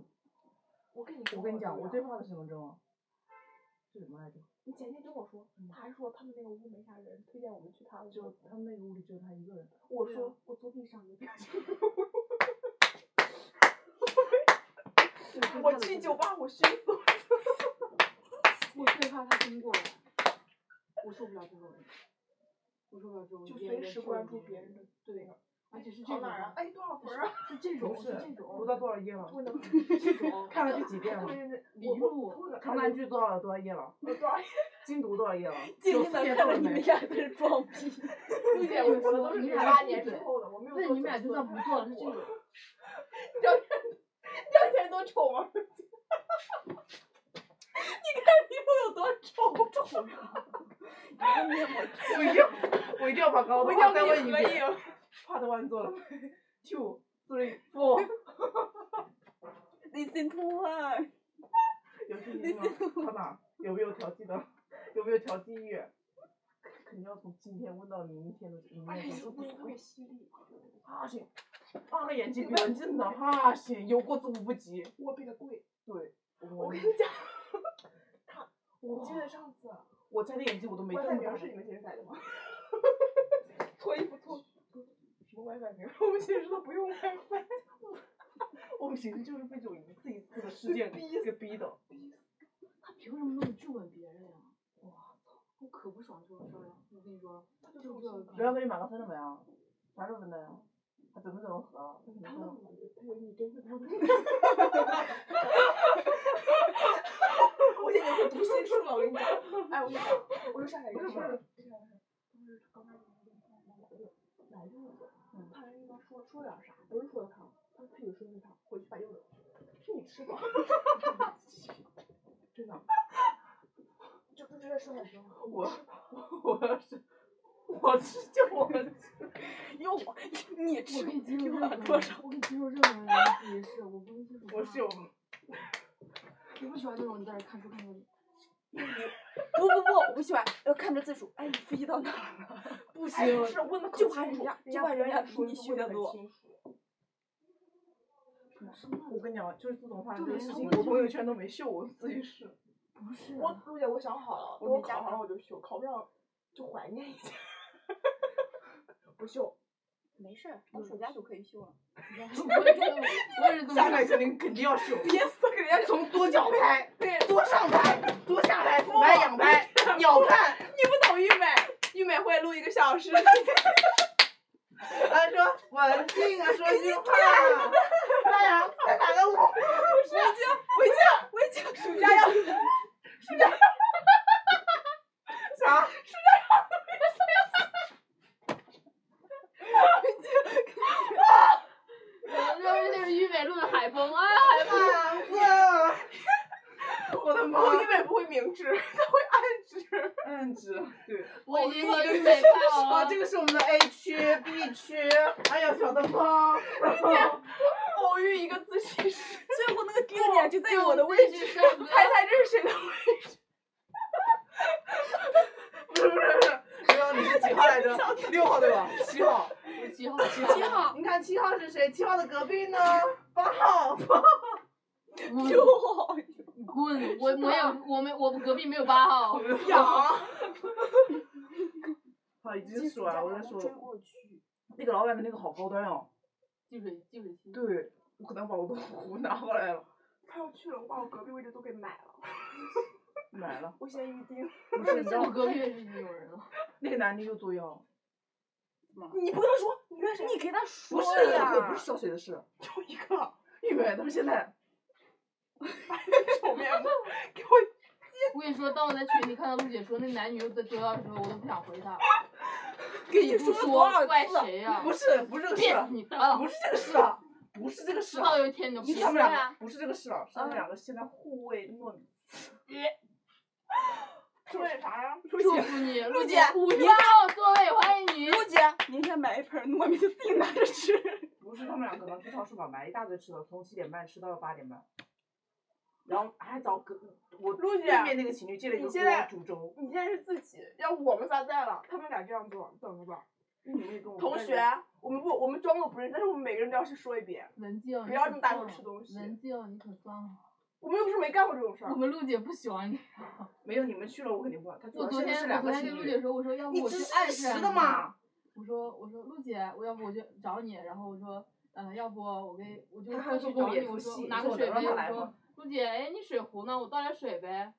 Speaker 2: 我跟你
Speaker 1: 我跟你讲，我最
Speaker 2: 对
Speaker 1: 怕的是什么知道
Speaker 2: 啊
Speaker 1: 吗？是什么来着？
Speaker 2: 你前天跟我说，他还说他们那个屋没啥人，推荐我们去嗯他屋。
Speaker 1: 只有他们那个屋里只有他一个人。
Speaker 2: 我
Speaker 4: 对啊
Speaker 2: 说我左臂上个表情，
Speaker 3: 最害怕
Speaker 2: 我
Speaker 3: 的
Speaker 2: 去
Speaker 3: 就
Speaker 2: 酒
Speaker 3: 是，
Speaker 2: 吧，我熏 死我。
Speaker 3: 我最怕他跟过来，我受不了这种人，我受不了这种
Speaker 2: 就
Speaker 3: 别人
Speaker 2: 随时
Speaker 3: 这
Speaker 2: 关
Speaker 3: 种
Speaker 2: 注别人的那个，
Speaker 3: 而且是这
Speaker 2: 跑
Speaker 3: 种
Speaker 2: 哪儿啊
Speaker 3: 的？
Speaker 2: 哎，多少分
Speaker 3: 是
Speaker 2: 儿啊？
Speaker 3: 是这种，
Speaker 1: 不
Speaker 3: 是
Speaker 1: 是
Speaker 3: 这种，
Speaker 1: 读到多少页了？
Speaker 2: 我能 这种
Speaker 1: 看了第几遍了
Speaker 3: 迷路
Speaker 1: 长难句多少多少页了？
Speaker 2: 我 多少？
Speaker 1: 精读多少 页了？
Speaker 4: 静
Speaker 1: 有
Speaker 4: 静的
Speaker 1: 四页
Speaker 4: 看
Speaker 1: 多了
Speaker 4: 着你们
Speaker 1: 没？
Speaker 4: 俩在这装 逼。
Speaker 2: 我
Speaker 3: 跟你
Speaker 2: 我的
Speaker 3: 说
Speaker 2: 都是
Speaker 3: 你
Speaker 2: 零
Speaker 3: 俩
Speaker 2: 八
Speaker 3: 闭
Speaker 2: 年之
Speaker 3: 嘴
Speaker 2: 后的，我没有
Speaker 3: 那
Speaker 2: 做
Speaker 3: 你们俩
Speaker 2: 准
Speaker 3: 就
Speaker 2: 做
Speaker 3: 算不 做了，是这
Speaker 2: 过聊
Speaker 3: 种。
Speaker 2: 天，聊天多丑 吗？
Speaker 4: 有多
Speaker 2: 啊
Speaker 4: 丑？丑 啥？一个面膜
Speaker 1: 我一定要，我一定要把高
Speaker 2: 我一定
Speaker 1: 话
Speaker 2: 要
Speaker 1: 再
Speaker 2: 跟
Speaker 1: 问
Speaker 2: 你
Speaker 1: 一
Speaker 2: 合
Speaker 1: 遍。
Speaker 2: 影。
Speaker 1: Part one 做了，two three four，
Speaker 4: ，listen to her。
Speaker 1: 有信心吗？他哪？有没有调剂的？有没有调剂乐？肯定要从今天问到明天的明
Speaker 2: 哎
Speaker 1: 天
Speaker 2: 呀，
Speaker 1: 的。
Speaker 2: 我特别犀利，
Speaker 1: 啊行，啊眼睛远近的啊行，有过之无不及。
Speaker 2: 我比他贵。
Speaker 1: 对，
Speaker 2: 我
Speaker 1: 我
Speaker 2: 跟你 讲，我
Speaker 1: 我
Speaker 2: 记得上次
Speaker 1: 我摘的眼镜我都没动
Speaker 2: WiFi 名
Speaker 1: 过
Speaker 2: 儿。是你们寝室改的 吗？脱衣服脱什么 WiFi 名儿？我们寝室都不用 WiFi，
Speaker 1: 我们平时就是被这种一次一次的事件
Speaker 2: 逼
Speaker 1: 给逼的。
Speaker 3: 他凭什么那么质问别人呀？
Speaker 2: 我可不爽这种事儿了。我跟你说，他就是我
Speaker 3: 就是
Speaker 2: 身
Speaker 1: 刘洋给你满个分了没啊？啥时候分的呀？他怎么怎么合啊？
Speaker 2: 他问我，他以为你真是他。 我现在会读心术了，我跟你讲。哎， 我跟你讲，我就上海一个事儿，当时刚开始来的那个，他来跟他说说点啥，不是说的他，他说他有说的他，回去把柚子是你吃吧，
Speaker 1: 真的，
Speaker 2: 就不知道说点 什么。
Speaker 1: 我我要是我吃就我
Speaker 4: 又你
Speaker 3: 我
Speaker 4: 吃
Speaker 3: 可以接受
Speaker 4: 你
Speaker 3: 任
Speaker 4: 把
Speaker 3: 何
Speaker 4: 多
Speaker 3: 人
Speaker 4: 少？，
Speaker 3: 我可以接受任何人的自己事，我不会 接受他。
Speaker 1: 我是有
Speaker 3: 我不喜欢那种你在这看书看书，
Speaker 4: 不不不，我不喜欢，要看着字数。哎，你飞到哪儿了？不行
Speaker 2: 哎，
Speaker 1: 啊
Speaker 2: 是问的
Speaker 4: 就怕人家，就怕人家比
Speaker 2: 说
Speaker 4: 你学的多。。
Speaker 1: 我跟你讲，就是自从发生
Speaker 3: 就
Speaker 1: 这个
Speaker 3: 连
Speaker 1: 事情，
Speaker 3: 他问
Speaker 1: 我
Speaker 3: 就
Speaker 1: 朋友圈都没秀我自己是。啊
Speaker 3: 不是
Speaker 2: 我陆姐，我想好了，
Speaker 4: 我
Speaker 2: 等我
Speaker 4: 没加
Speaker 2: 考上了我就秀，考不上就怀念 一下。不秀，
Speaker 4: 没事儿，我暑假就可以休了。
Speaker 3: 我也是这么
Speaker 1: 下
Speaker 3: 想
Speaker 1: 半
Speaker 3: 的。
Speaker 1: 肯定肯定要秀，
Speaker 2: 别死给人家
Speaker 1: 从左脚拍，
Speaker 2: 对
Speaker 1: 左上拍，左下拍，俯拍、仰拍、鸟拍。
Speaker 2: 你不懂玉美，玉美会录一个小时。
Speaker 1: 他说文静啊，说句 话。哎呀，才打个我。
Speaker 4: 我已经暑
Speaker 1: 假
Speaker 4: 假
Speaker 1: 要
Speaker 4: 要
Speaker 1: 啥？
Speaker 3: 那就是玉美路的海风啊，海风。
Speaker 1: 啊！我的妈！
Speaker 2: 我玉美不会明知，她会暗知。嗯，值，对。
Speaker 3: 我已经
Speaker 2: 哦
Speaker 3: 已
Speaker 2: 对
Speaker 3: 经被看
Speaker 2: 啊，
Speaker 3: 了
Speaker 2: 这。个是我们的 A 区、B 区，哎呀，小灯泡，然后
Speaker 1: 偶遇一个自习室，
Speaker 4: 最后那
Speaker 1: 哦
Speaker 4: 个丁点就在我的位置，
Speaker 3: 置，
Speaker 4: 猜猜这是谁的位置？
Speaker 2: 不是不是不是，刘洋你是几号来着？六号对吧？七号。
Speaker 3: 我记号，
Speaker 4: 七
Speaker 3: 记
Speaker 4: 号、
Speaker 2: 你看七号是谁？七号的隔壁呢？八 号。
Speaker 4: 六号、
Speaker 3: 滚！我没有，我没，我隔壁没有八号。
Speaker 2: 呀，
Speaker 1: 好，已经说 完，我再说
Speaker 4: 追。过去，
Speaker 1: 那个老板的那个好高端哦。
Speaker 3: 净水，净水器。
Speaker 1: 对，我可能把 我的壶拿回来了，
Speaker 2: 他要去了，我把我隔壁位置都给买了。
Speaker 1: 买了。
Speaker 4: 我先预定。
Speaker 1: 不是，你知道
Speaker 3: 我隔壁也是这种人啊。
Speaker 1: 那个男的又作妖。
Speaker 2: 你不跟他说，你跟谁？
Speaker 4: 你给他
Speaker 1: 不
Speaker 4: 说
Speaker 1: 是，
Speaker 4: 呀，
Speaker 1: 我不是小雪的事。
Speaker 2: 就一个
Speaker 1: 玉梅他们现在
Speaker 2: 丑面目，给我
Speaker 3: 我跟你说，当我在群里看到陆姐说那男女又在对话的时候，我都不想回她。
Speaker 1: 跟
Speaker 3: 你不
Speaker 1: 说
Speaker 3: 说，怪谁呀？
Speaker 1: 不是，不是这个事
Speaker 3: 憋
Speaker 1: 儿
Speaker 3: 死，你得了！
Speaker 1: 不是这个事儿，不是这个事
Speaker 3: 迟早
Speaker 1: 儿。
Speaker 3: 有一天你就是知
Speaker 1: 他
Speaker 3: 道
Speaker 1: 们
Speaker 3: 了。
Speaker 1: 两个，不是这个事儿，是他们两个现在互为诺米。
Speaker 2: 说点啥呀？
Speaker 3: 祝福你，陆
Speaker 4: 姐
Speaker 3: 五零号座位欢迎你。
Speaker 4: 陆姐，您先买一盆糯米，就自己拿着吃。
Speaker 1: 不是他们俩可能去超市买买一大堆吃的，从七点半吃到了八点半，然后还找个我
Speaker 2: 陆姐
Speaker 1: 对面那个情侣借了一个
Speaker 2: 你现在
Speaker 1: 锅煮粥，
Speaker 2: 你现在是自己，要我们仨在了，他们俩这样做怎么办？同学，我们不，我们装作不认识，但是我们每个人都要去说一遍。
Speaker 3: 文静，
Speaker 2: 不要这么大
Speaker 3: 口
Speaker 2: 口吃东西
Speaker 3: 文静，你可算了。
Speaker 2: 我们又不是没干过这种事
Speaker 3: 我
Speaker 2: 儿。
Speaker 3: 们陆姐不喜欢你。
Speaker 1: 没有你们去了我肯定不管，他主
Speaker 3: 我
Speaker 1: 要
Speaker 3: 昨
Speaker 1: 现在
Speaker 3: 天
Speaker 1: 是
Speaker 3: 我
Speaker 1: 两
Speaker 3: 昨
Speaker 1: 个
Speaker 3: 天
Speaker 1: 情
Speaker 3: 跟陆
Speaker 1: 侣
Speaker 3: 姐，说，我说要不
Speaker 1: 你
Speaker 3: 我
Speaker 1: 这
Speaker 3: 去
Speaker 1: 是
Speaker 3: 暗示
Speaker 1: 实
Speaker 3: 暗
Speaker 1: 的
Speaker 3: 示
Speaker 1: 嘛？
Speaker 3: 我说我说陆姐，我要不我就找你，然后我说，呃，要不我给我就
Speaker 1: 他还
Speaker 3: 过
Speaker 1: 说
Speaker 3: 去
Speaker 1: 跟我
Speaker 3: 找
Speaker 1: 演
Speaker 3: 你，我
Speaker 1: 出
Speaker 3: 说
Speaker 1: 戏
Speaker 3: 拿
Speaker 1: 你
Speaker 3: 个
Speaker 1: 说
Speaker 3: 水
Speaker 1: 我能让他
Speaker 3: 杯，我
Speaker 1: 来
Speaker 3: 说
Speaker 1: 吗
Speaker 3: 陆姐，哎，你水壶呢？我倒点水呗。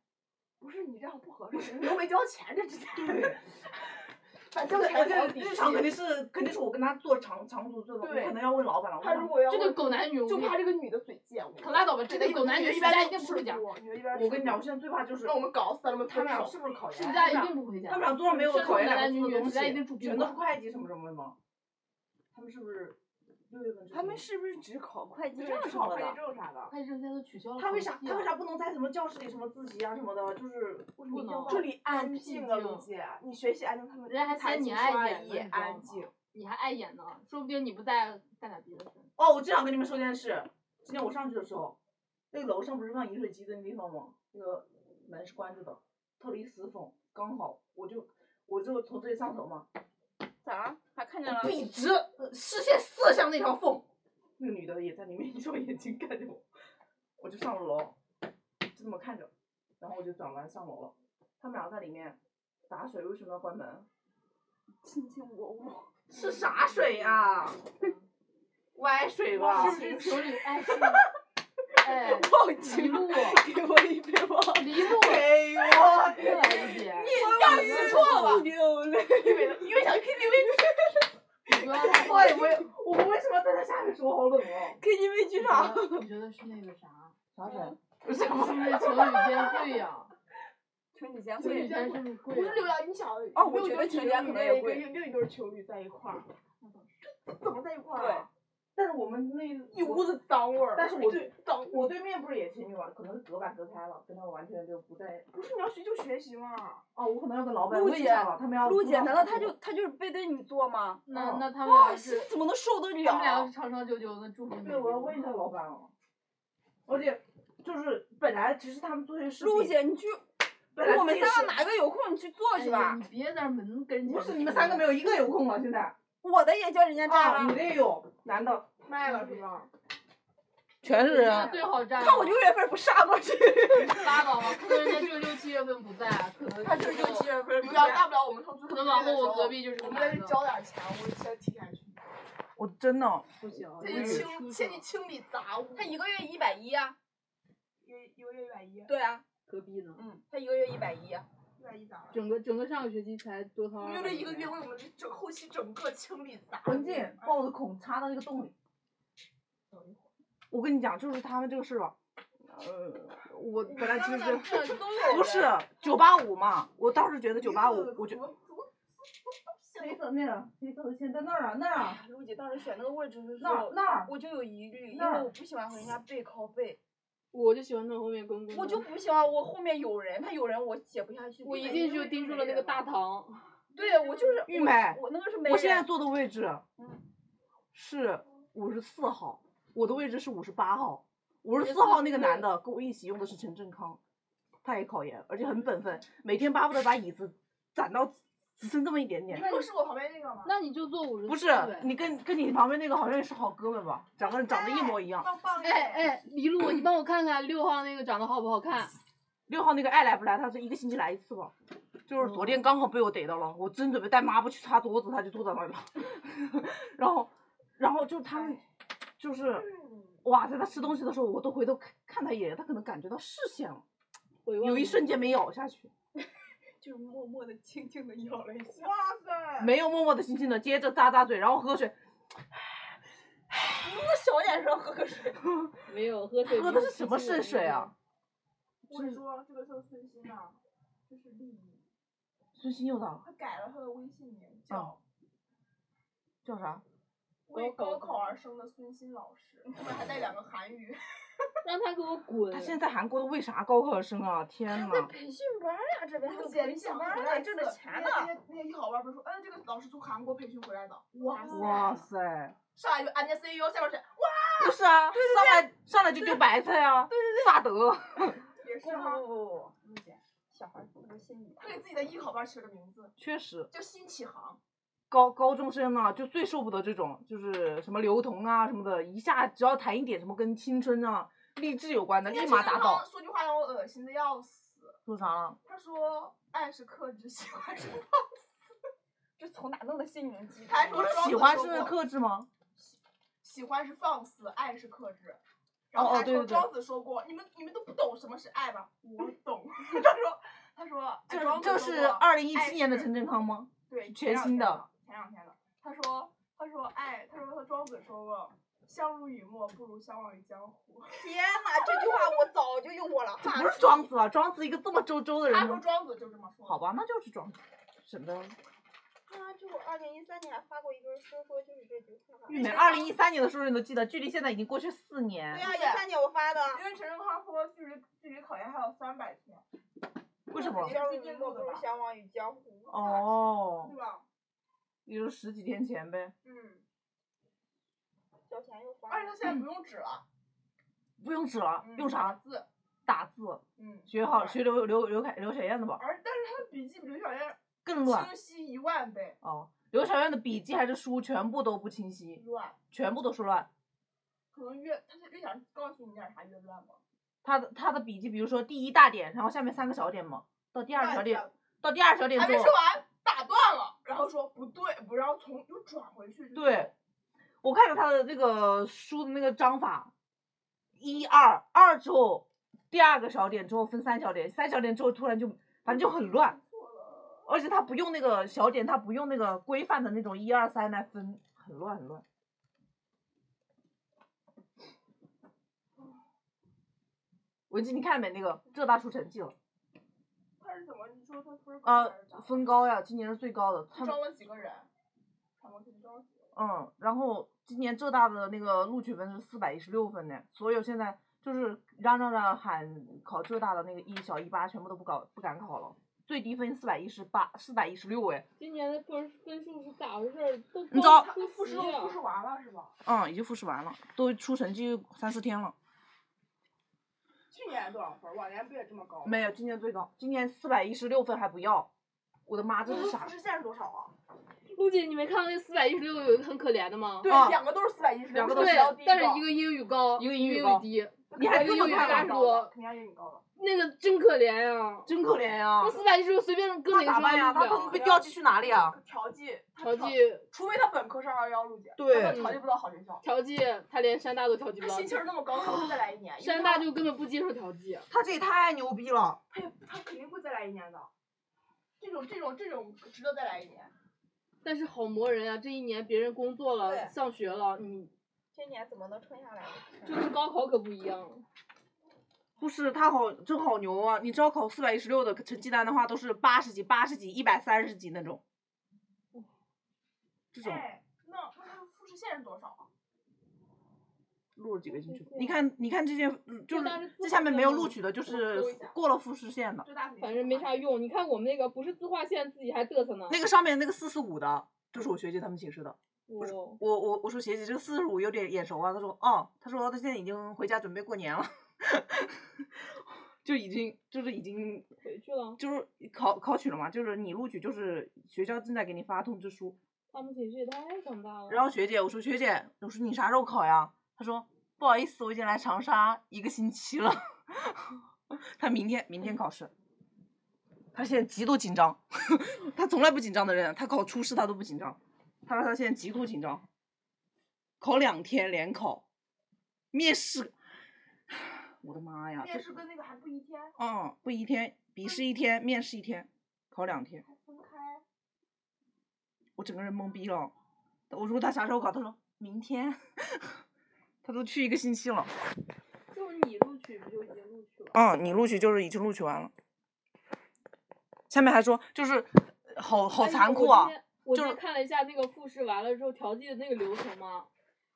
Speaker 2: 不是你这样不合适，你又没交钱，这之前。
Speaker 1: 对，
Speaker 2: 反
Speaker 1: 这
Speaker 2: 正
Speaker 1: 个
Speaker 2: 钱还有
Speaker 1: 这
Speaker 2: 哎底
Speaker 1: 哎日常肯
Speaker 2: 气。
Speaker 1: 定是肯定是我跟他做长长途这个，我
Speaker 2: 对
Speaker 1: 可能要问老板了。我
Speaker 2: 他
Speaker 1: 问
Speaker 2: 如果要
Speaker 3: 这个狗男女无
Speaker 2: 就
Speaker 3: 理，
Speaker 2: 怕这个女的嘴贱，我
Speaker 3: 可拉倒吧，这
Speaker 2: 这
Speaker 3: 个
Speaker 2: 个
Speaker 3: 狗男女
Speaker 2: 一
Speaker 3: 世
Speaker 2: 般
Speaker 3: 家
Speaker 2: 都
Speaker 3: 一定不回家，
Speaker 2: 女的一般
Speaker 1: 我跟你讲，我现在最怕就是
Speaker 2: 那我们搞死他们，
Speaker 1: 他们俩
Speaker 2: 俩
Speaker 1: 是不是考研？
Speaker 3: 世
Speaker 1: 他
Speaker 3: 家
Speaker 1: 们
Speaker 3: 一
Speaker 1: 俩
Speaker 3: 定不回家
Speaker 1: 他。们俩桌上没有
Speaker 3: 是
Speaker 1: 考研
Speaker 3: 男
Speaker 1: 两个
Speaker 3: 男
Speaker 1: 字
Speaker 3: 女
Speaker 1: 的
Speaker 3: 女
Speaker 1: 东
Speaker 3: 世家一定
Speaker 1: 西，
Speaker 3: 住宾
Speaker 1: 全都是
Speaker 3: 馆
Speaker 1: 会计什么什么的吗？他们是不是六月份之前？
Speaker 4: 他们是不是只考会计
Speaker 2: 对
Speaker 4: 证什
Speaker 2: 考
Speaker 4: 么
Speaker 2: 会计
Speaker 4: 的？
Speaker 2: 证啥的。
Speaker 3: 会计证现在都取消了。啊
Speaker 1: 他为啥他为啥？不能在什么教室里什么自习啊什么的？就是为什么一定要
Speaker 3: 不
Speaker 2: 这
Speaker 1: 这里
Speaker 2: 里安静啊，
Speaker 3: 静
Speaker 2: 陆姐，你学习安静，他们
Speaker 3: 人家还
Speaker 2: 弹
Speaker 3: 嫌你
Speaker 2: 琴
Speaker 3: 碍
Speaker 2: 刷
Speaker 3: 眼呢
Speaker 2: 也
Speaker 3: 你知道
Speaker 2: 安
Speaker 3: 吗
Speaker 2: 静。
Speaker 3: 你还碍眼呢？说不定你不在干点别的事。
Speaker 1: 哦，我正想跟你们说件事。今天我上去的时候，那个楼上不是放饮水机的那地方吗？那个门是关着的，特里死缝，刚好我就我就从这里上楼嘛，
Speaker 4: 咋？还看见了？
Speaker 1: 笔直呃视线射向那条缝，那个女的也在里面一双眼睛看着我，我就上了楼，就这么看着，然后我就转弯上楼了。他们俩在里面打水，为什么要关门？啊
Speaker 4: 卿卿我我。
Speaker 1: 是啥水呀、 歪水吧？
Speaker 3: 是不是情侣 爱是？哎，
Speaker 4: 忘
Speaker 3: 一
Speaker 4: 记了，
Speaker 3: 路
Speaker 4: 给我一杯忘记
Speaker 3: 一路，
Speaker 1: 给我？
Speaker 3: 对，陆姐，
Speaker 4: 要记错了。流泪。
Speaker 1: 因为想 KTV，
Speaker 3: 你不要太
Speaker 1: 我也没，我们为什么在这下面说好冷哦？
Speaker 4: KTV 剧场。
Speaker 3: 我觉得是那个啥，
Speaker 1: 啥
Speaker 4: 水？
Speaker 1: 不是
Speaker 3: 是不是情侣间贵呀？
Speaker 4: 情侣间
Speaker 3: 情侣
Speaker 4: 会。
Speaker 3: 间是不是贵？
Speaker 2: 不是刘洋，你想，
Speaker 4: 哦我觉
Speaker 2: 觉
Speaker 4: 得情侣间可能也
Speaker 2: 跟
Speaker 4: 贵
Speaker 2: 另一对情侣在一块儿，怎么在一块儿啊？
Speaker 1: 但是我们那
Speaker 2: 一屋子脏味儿。
Speaker 1: 但是我
Speaker 2: 对脏，
Speaker 1: 我对面不是也情侣吗？可能是隔板隔开了，跟他们完全就不在。
Speaker 2: 不是你要学就学习嘛。
Speaker 1: 哦，我可能要跟老板
Speaker 4: 陆
Speaker 1: 问一
Speaker 4: 姐
Speaker 1: 下了，他们要。
Speaker 4: 陆姐，难道她就她就是背对你坐吗？
Speaker 3: 那
Speaker 1: 哦
Speaker 3: 那他们
Speaker 4: 哇，
Speaker 3: 俩是
Speaker 4: 心，怎么能受得
Speaker 3: 他们俩要
Speaker 4: 了
Speaker 3: 是？长长久久的，祝福你。
Speaker 1: 对，我要问一下老板哦。而且就是本来其实他们作业是
Speaker 4: 陆
Speaker 1: 比，
Speaker 4: 姐，你去，
Speaker 1: 本来
Speaker 4: 我们
Speaker 1: 自己
Speaker 4: 三
Speaker 1: 是
Speaker 4: 个哪个有空你去坐
Speaker 3: 哎
Speaker 4: 去
Speaker 3: 呀
Speaker 4: 吧。
Speaker 3: 你别在那门跟人家。
Speaker 1: 不是你们三个没有一个有空了，现在。
Speaker 4: 我的也叫人家
Speaker 1: 啊，
Speaker 4: 占
Speaker 1: 你
Speaker 4: 了，
Speaker 1: 这也有男的，
Speaker 2: 卖了是吧？
Speaker 4: 全是
Speaker 3: 人家最好占了。
Speaker 4: 看我六月份不杀 过去，
Speaker 3: 拉倒吧，可能人家只有六七月份不在，可能
Speaker 4: 他就是六七月份
Speaker 2: 不
Speaker 4: 不
Speaker 2: 要，
Speaker 4: 在。
Speaker 2: 大不了我们上次
Speaker 3: 可能往后我隔壁就是
Speaker 2: 我
Speaker 3: 个
Speaker 2: 们在
Speaker 3: 男
Speaker 2: 这
Speaker 3: 的。
Speaker 2: 交点钱，我先提前去。
Speaker 1: 我真的
Speaker 3: 不行，
Speaker 2: 先去清，先去清理杂物。
Speaker 4: 他一个月一百一啊，
Speaker 2: 一个一个月一百一，一
Speaker 4: 对啊，
Speaker 3: 隔壁呢。
Speaker 4: 嗯，他一个月一百一啊。
Speaker 2: 百一咋了？
Speaker 3: 整个整个上个学期才多掏
Speaker 2: 我
Speaker 3: 200
Speaker 2: 们
Speaker 3: 块钱。
Speaker 2: 用这一个月为我们这整后期整个清理杂物。
Speaker 1: 文静抱着孔插到那个洞里。我跟你讲，就是他们这个事吧。呃，我本来其实是
Speaker 4: 这都有
Speaker 1: 不是九八五嘛，我当时觉得九八五，我觉
Speaker 2: 怎么怎么
Speaker 1: 黑色那儿，黑色的线在那儿啊，那儿啊，
Speaker 4: 陆姐当时选那个位置的时
Speaker 1: 那儿
Speaker 4: 候，
Speaker 1: 那儿，
Speaker 4: 我就有疑虑，因
Speaker 1: 那
Speaker 4: 为
Speaker 1: 儿
Speaker 4: 我不喜欢和人家背靠背。
Speaker 3: 我就喜欢那种后面滚滚的。
Speaker 4: 我就不喜欢我后面有人，他有人我写不下去。
Speaker 3: 我一
Speaker 4: 对
Speaker 3: 进
Speaker 4: 因
Speaker 3: 去
Speaker 4: 为
Speaker 3: 就盯
Speaker 4: 是
Speaker 3: 住
Speaker 4: 没
Speaker 3: 了那个
Speaker 4: 人
Speaker 3: 大
Speaker 4: 嘛。
Speaker 3: 堂，
Speaker 4: 对，我就是
Speaker 1: 玉
Speaker 4: 我
Speaker 1: 梅
Speaker 4: 我那个是没人。
Speaker 1: 我现在坐的位置
Speaker 4: 嗯
Speaker 1: 是五十四号，我的位置是五十八号。五十四
Speaker 3: 54
Speaker 1: 号那个男
Speaker 3: 对
Speaker 1: 的跟我一起用的是陈振康，他也考研，而且很本分，每天巴不得把椅子攒 到只剩这么一点
Speaker 4: 你
Speaker 1: 点。
Speaker 4: 不是我旁边那个吗？
Speaker 3: 那你就坐五十。
Speaker 1: 不是你跟跟你旁边那个好像也是好哥们吧？长得长得一模一样。
Speaker 4: 棒棒
Speaker 3: 哎哎，麋鹿，你帮我看看六号那个长得好不好看？
Speaker 1: 六号那个爱来不来，他是一个星期来一次吧。就是昨天刚好被我逮到了，我真准备带抹布去擦桌子，他就坐在那里了。 然后，然后就他们，就是，哇塞，在他吃东西的时候，我都回头看看他一眼，他可能感觉到视线了，
Speaker 3: 我忘
Speaker 1: 有一
Speaker 3: 了
Speaker 1: 瞬间没咬下去，
Speaker 2: 就是默默的、轻轻的咬了一下。
Speaker 4: 哇塞！
Speaker 1: 没有默默的轻轻的，接着咂咂嘴，然后喝水，
Speaker 4: 那小点声，喝口水。
Speaker 3: 没有喝水。
Speaker 1: 喝的是什么圣水啊？？
Speaker 2: 我 跟你说，这个时候孙鑫呐，就是利益，
Speaker 1: 孙兴佑的啊
Speaker 2: 他改了他的微信名叫
Speaker 1: 叫啥？
Speaker 2: “为
Speaker 3: 高
Speaker 2: 高
Speaker 3: 考
Speaker 2: 考而生的孙鑫老师”，后面还带两个韩语。
Speaker 3: 让他给我滚！
Speaker 1: 他现在韩国的为啥高考生啊？天
Speaker 4: 他在
Speaker 1: 呐，
Speaker 4: 培训班呀，这边还
Speaker 2: 不
Speaker 4: 有
Speaker 2: 姐，你
Speaker 4: 培训
Speaker 2: 想
Speaker 4: 班
Speaker 2: 回
Speaker 4: 呢，
Speaker 2: 来
Speaker 4: 挣着
Speaker 2: 次
Speaker 4: 钱呢。
Speaker 2: 那些那些一好玩不是说，哎，这个老师从韩国培训回来的，
Speaker 4: 哇
Speaker 1: 哇！ 塞！
Speaker 2: 上来就安家 CEO，下边 E 是
Speaker 1: 不是啊，上来上来就丢白菜啊！对对对，萨德。
Speaker 2: 也
Speaker 4: 不
Speaker 2: 是哈，
Speaker 4: 不不不不，姐，小孩不能信你。
Speaker 2: 他给自己的艺考班取了个名字
Speaker 1: 确实，
Speaker 2: 叫“新启航
Speaker 1: 高高中生呢、就最受不得这种，就是什么刘同啊什么的，一下只要谈一点什么跟青春啊、励志有关”。的，立马打倒。
Speaker 2: 说句话让我恶心的要死。
Speaker 1: 说啥了？
Speaker 2: 他说：“爱是克制，喜欢是放
Speaker 4: 这从哪弄的心灵鸡
Speaker 2: 还
Speaker 4: 汤？
Speaker 1: 不
Speaker 2: 说
Speaker 1: 是
Speaker 2: 双
Speaker 1: 喜
Speaker 2: 子
Speaker 1: 欢
Speaker 2: 说
Speaker 1: 是
Speaker 2: 过
Speaker 1: 克制吗？
Speaker 2: 喜欢是放肆，爱是克制。”然后
Speaker 1: 哦哦
Speaker 2: 他
Speaker 1: 对
Speaker 2: 说
Speaker 1: 对对
Speaker 2: 庄子说过：“你们你们都不懂什么是爱吧？我懂。” 他说：“他说哎
Speaker 1: 这
Speaker 2: 庄子
Speaker 1: 这
Speaker 2: 说
Speaker 1: 是
Speaker 2: 过
Speaker 1: 二零一
Speaker 2: 爱
Speaker 1: 七年的
Speaker 2: 是
Speaker 1: 陈振康吗？
Speaker 2: 对，
Speaker 1: 全新的。
Speaker 2: 前两天的，他说，他说，哎，他说他庄子说过，相濡以沫不如相忘于江湖。
Speaker 4: 天哪，这句话我早就用过了。
Speaker 1: 这不是庄子啊，庄子一个这么周周的
Speaker 2: 他说
Speaker 1: 人，
Speaker 2: 庄子就这么说。
Speaker 1: 好，吧，那就是庄子，省得
Speaker 4: 啊，就我二零一三年还发过一本说说，就是这句话。
Speaker 1: 玉梅二零一三年的时候你都记得，距离现在已经过去四
Speaker 4: 对
Speaker 1: 年，
Speaker 4: 呀，一三年我发的。
Speaker 2: 因为陈正康说距离距离考研还有三百天，
Speaker 1: 为什么？
Speaker 4: 相濡以沫不如相忘于江湖。，
Speaker 1: 哦
Speaker 2: 对，吧？
Speaker 1: 也就是十几天前呗，
Speaker 4: 嗯。交钱又发
Speaker 2: 而且
Speaker 4: 了
Speaker 2: 他。现在
Speaker 1: 嗯
Speaker 2: 不用纸了，
Speaker 1: 不用纸了，
Speaker 2: 嗯
Speaker 1: 用
Speaker 2: 打
Speaker 1: 啥
Speaker 2: 字？
Speaker 1: 打字？
Speaker 2: 嗯，
Speaker 1: 学好
Speaker 2: 对
Speaker 1: 学刘刘刘凯刘小燕的吧，
Speaker 2: 而但是他的笔记比刘小燕
Speaker 1: 更乱。
Speaker 2: 清晰一万倍，
Speaker 1: 哦，刘小燕的笔记还是书全部都不清晰，
Speaker 2: 乱。
Speaker 1: 全部都是乱。
Speaker 2: 可能越他是越想告诉你点啥越乱吧。
Speaker 1: 她的她的笔记，比如说第一大点，然后下面三个小点嘛，到第二
Speaker 2: 乱
Speaker 1: 小点
Speaker 2: 讲，
Speaker 1: 到第二小点
Speaker 2: 还没
Speaker 1: 做
Speaker 2: 说，完，打断了，然后说不对，不然后从又转回去。
Speaker 1: 对，我看着她的那个书的那个章法，一二二之后，第二个小点之后分三小点，三小点之后突然就反正就很乱，
Speaker 2: 错了。
Speaker 1: 而且她不用那个小点，她不用那个规范的那种一二三来分，很乱很乱。文姬，你看没那个浙大出成绩了？
Speaker 2: 他是怎么？你说他分儿高
Speaker 1: 啊
Speaker 2: 还是咋，的
Speaker 1: 分高呀，今年是最高的。他
Speaker 2: 他招了几个人？他们给你招了几个人？
Speaker 1: 嗯，然后今年浙大的那个录取分是四百一十六分呢，所有现在就是嚷嚷着喊考浙大的那个一小一八全部都不搞不敢考了，最低分四百一十八四百一十六哎，
Speaker 3: 今年的分分数是咋回事儿？都
Speaker 1: 你
Speaker 3: 报
Speaker 1: 早
Speaker 3: 出啊
Speaker 2: 复
Speaker 3: 席
Speaker 2: 试都
Speaker 3: 了
Speaker 2: 复试完了是吧？
Speaker 1: 嗯，已经复试完了，都出成绩三四天了。
Speaker 2: 去年多少分儿？往年不也这么高吗？
Speaker 1: 没有，今年最高，今年四百一十六分还不要，我的妈，这
Speaker 2: 那
Speaker 1: 是
Speaker 2: 他
Speaker 1: 啥
Speaker 2: 复？试线是多少啊？
Speaker 3: 陆姐，你没看到那四百一十六有一个很可怜的吗？
Speaker 2: 对，
Speaker 1: 啊
Speaker 2: 两个都是四百一十，
Speaker 1: 两个都
Speaker 3: 对
Speaker 1: 是
Speaker 2: 要低
Speaker 3: 但是一个英语高，
Speaker 1: 一个英
Speaker 3: 英
Speaker 1: 语高
Speaker 3: 低，
Speaker 1: 你还
Speaker 3: 这
Speaker 1: 这
Speaker 3: 么
Speaker 1: 么
Speaker 3: 看
Speaker 1: 看
Speaker 3: 啊
Speaker 1: 啊？
Speaker 2: 肯定要英语高的。
Speaker 3: 那个真可怜呀。
Speaker 1: 真可怜呀、
Speaker 3: 那四百一十六随便跟
Speaker 1: 啊那
Speaker 3: 哪个
Speaker 1: 咋办呀？
Speaker 3: 学
Speaker 1: 他
Speaker 3: 校
Speaker 1: 可
Speaker 3: 都
Speaker 1: 能
Speaker 3: 不
Speaker 1: 被
Speaker 3: 了。
Speaker 1: 调剂去哪里啊？
Speaker 2: 调剂，他
Speaker 3: 调剂
Speaker 2: 除非他本科是二幺幺录取，
Speaker 1: 对
Speaker 2: 他调剂不到好学校。
Speaker 3: 调剂，他连山大都调剂不
Speaker 2: 他
Speaker 3: 到
Speaker 2: 心。气儿那么高，他会再来一年。因为
Speaker 3: 山
Speaker 2: 他
Speaker 3: 大就根本不接受调剂。
Speaker 1: 他这也太牛逼了！
Speaker 2: 他也他肯定会再来一年的。这种这种这种值得再来一年。
Speaker 3: 但是好磨人啊！这一年别人工作了，
Speaker 4: 对
Speaker 3: 上学了，你
Speaker 4: 这年怎么能撑下来呢？
Speaker 3: 就是高考可不一样了。
Speaker 1: 不是他好，真好牛啊！你只要考四百一十六的成绩单的话，都是八十几、八十几、一百三十几那种。这种哎
Speaker 2: 哎，那那他复试线是多少啊？
Speaker 1: 录了几个进去吧。
Speaker 4: 对
Speaker 1: 你看，你看这件，嗯就
Speaker 3: 就是当是
Speaker 1: 这
Speaker 3: 自
Speaker 1: 下面
Speaker 3: 画
Speaker 1: 没有
Speaker 3: 像
Speaker 1: 录
Speaker 3: 嘛
Speaker 1: 取的，就
Speaker 2: 搜一
Speaker 1: 是
Speaker 2: 下
Speaker 1: 过了复试线的。
Speaker 2: 浙大肯定
Speaker 3: 反正没啥用。你看我们那个不是自画线，自己还嘚瑟呢。
Speaker 1: 那个上面那个四四五的，就是我学姐他们寝室的。
Speaker 3: 我
Speaker 1: 我我我说学姐，这个四十五有点眼熟啊。她说哦，她说她现在已经回家准备过年了， 就已经就是已经
Speaker 3: 回去了，
Speaker 1: 就是考考取了嘛，就是你录取就是学校正在给你发通知书。
Speaker 3: 他们寝室也太长
Speaker 2: 哦
Speaker 3: 大了。
Speaker 1: 然后学姐我说学姐，我说你啥时候考呀？她说不好意思，我已经来长沙一个星期了。 她明天明天考试，她现在极度紧张， 她从来不紧张的人，她考初试她都不紧张，她说她现在极度紧张，考两天连考，面试， 我的妈呀！
Speaker 2: 面
Speaker 1: 这
Speaker 2: 试跟那个还不一天，
Speaker 1: 嗯，不一天，笔试
Speaker 3: 嗯
Speaker 1: 一天，面试一天，考两天。
Speaker 2: 还分开。
Speaker 1: 我整个人懵逼了。我说他啥时候考？他说明天。 他都去一个星期了。
Speaker 2: 就是你录取不就已经录取了？
Speaker 1: 嗯，你录取就是已经录取完了。下面还说就是好好
Speaker 3: 哎
Speaker 1: 残酷啊！！
Speaker 3: 我今天我
Speaker 1: 就
Speaker 3: 今
Speaker 1: 是
Speaker 3: 天看了一下那个复试完了之后调剂的那个流程嘛，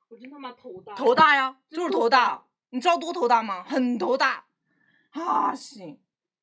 Speaker 3: 我真他妈头大。
Speaker 1: 头大呀，
Speaker 3: 就
Speaker 1: 就是
Speaker 3: 头
Speaker 1: 头大。你知道多头大吗？很头大。啊，行，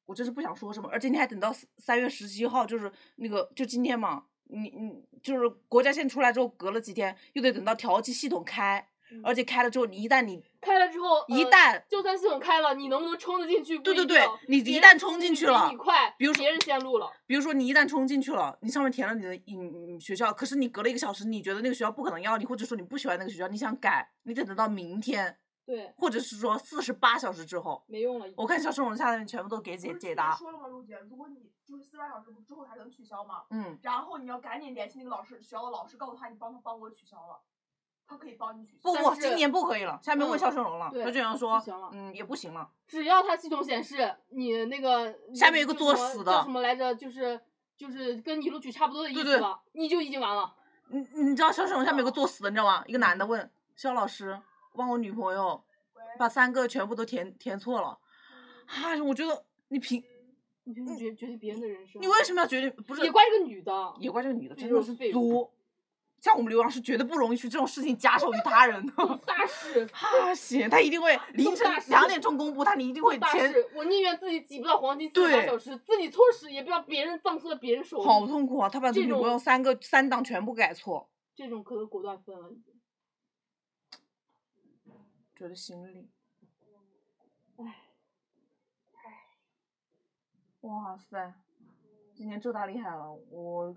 Speaker 1: 我真是不想说什么。而且你还等到三三月十七号，就是那个就今天嘛，你你就是国家线出来之后隔了几天，又得等到调剂系统开，
Speaker 3: 嗯
Speaker 1: 而且开了之后，你一旦你
Speaker 3: 开了之后，
Speaker 1: 一
Speaker 3: 呃
Speaker 1: 旦
Speaker 3: 就算系统开了，你能不能冲得进去？
Speaker 1: 对对
Speaker 3: 不一
Speaker 1: 对
Speaker 3: 定
Speaker 1: 你一
Speaker 3: 别人
Speaker 1: 旦冲进去
Speaker 3: 比
Speaker 1: 了
Speaker 3: 你快，
Speaker 1: 比如说
Speaker 3: 别人先录了，
Speaker 1: 比如说你一旦冲进去了，你上面填了你的你你学校，可是你隔了一个小时，你觉得那个学校不可能要你，或者说你不喜欢那个学校，你想改，你得等到明天，
Speaker 3: 对，
Speaker 1: 或者是说四十八小时之后。
Speaker 3: 没用了。已经
Speaker 1: 我看小生文下面全部都给
Speaker 2: 不是
Speaker 1: 解
Speaker 2: 之
Speaker 1: 解
Speaker 2: 前
Speaker 1: 答，
Speaker 2: 说了吗，陆姐？如果你就是四十八小时不之后才能取消吗？
Speaker 1: 嗯，
Speaker 2: 然后你要赶紧联系那个老师，学校的老师，告诉他你帮他帮我取消了，他可以帮你取消。
Speaker 1: 不
Speaker 3: 但
Speaker 1: 不，
Speaker 3: 是
Speaker 1: 今年不可以了。下面问
Speaker 3: 嗯
Speaker 1: 肖胜荣了，
Speaker 3: 对
Speaker 1: 他居然
Speaker 3: 不
Speaker 1: 说
Speaker 3: 行了，
Speaker 1: 嗯，也不行了。
Speaker 3: 只要它系统显示你那个
Speaker 1: 下面有个
Speaker 3: 叫
Speaker 1: 作
Speaker 3: 什么
Speaker 1: 死
Speaker 3: 叫
Speaker 1: 的
Speaker 3: 什么来着，就是就是跟你录取差不多的意
Speaker 1: 对
Speaker 3: 思
Speaker 1: 对
Speaker 3: 了，你就已经完了。
Speaker 1: 你你知道肖胜荣下面有个作死的，你知道吗？一个男的问肖老师，问我女朋友，
Speaker 2: 喂
Speaker 1: 把三个全部都填填错了，哎呀，我觉得你凭
Speaker 3: 你就是决决定别人的人生，
Speaker 1: 嗯你为什么要决定不是
Speaker 3: 也怪这个女的？
Speaker 1: 也怪这个女的
Speaker 3: 这
Speaker 1: 真
Speaker 3: 就
Speaker 1: 的
Speaker 3: 是
Speaker 1: 是
Speaker 3: 废物
Speaker 1: 作。像我们刘洋是绝对不容易去这种事情加手于他人的。
Speaker 3: 大事，
Speaker 1: 啊，行，他一定会凌晨
Speaker 3: 大事
Speaker 1: 两点钟公布，他你一定会
Speaker 3: 大
Speaker 1: 签。
Speaker 3: 事！我宁愿自己挤不到黄金四十八
Speaker 1: 对
Speaker 3: 小时，自己错失，也不要别人葬送在别人手里。
Speaker 1: 好痛苦啊！他把
Speaker 3: 这
Speaker 1: 女朋
Speaker 3: 种
Speaker 1: 友三个三档全部改错，
Speaker 3: 这种可能果断分了，已经。
Speaker 1: 觉得心累。
Speaker 3: 唉，
Speaker 1: 哇塞，今年浙大厉害了，我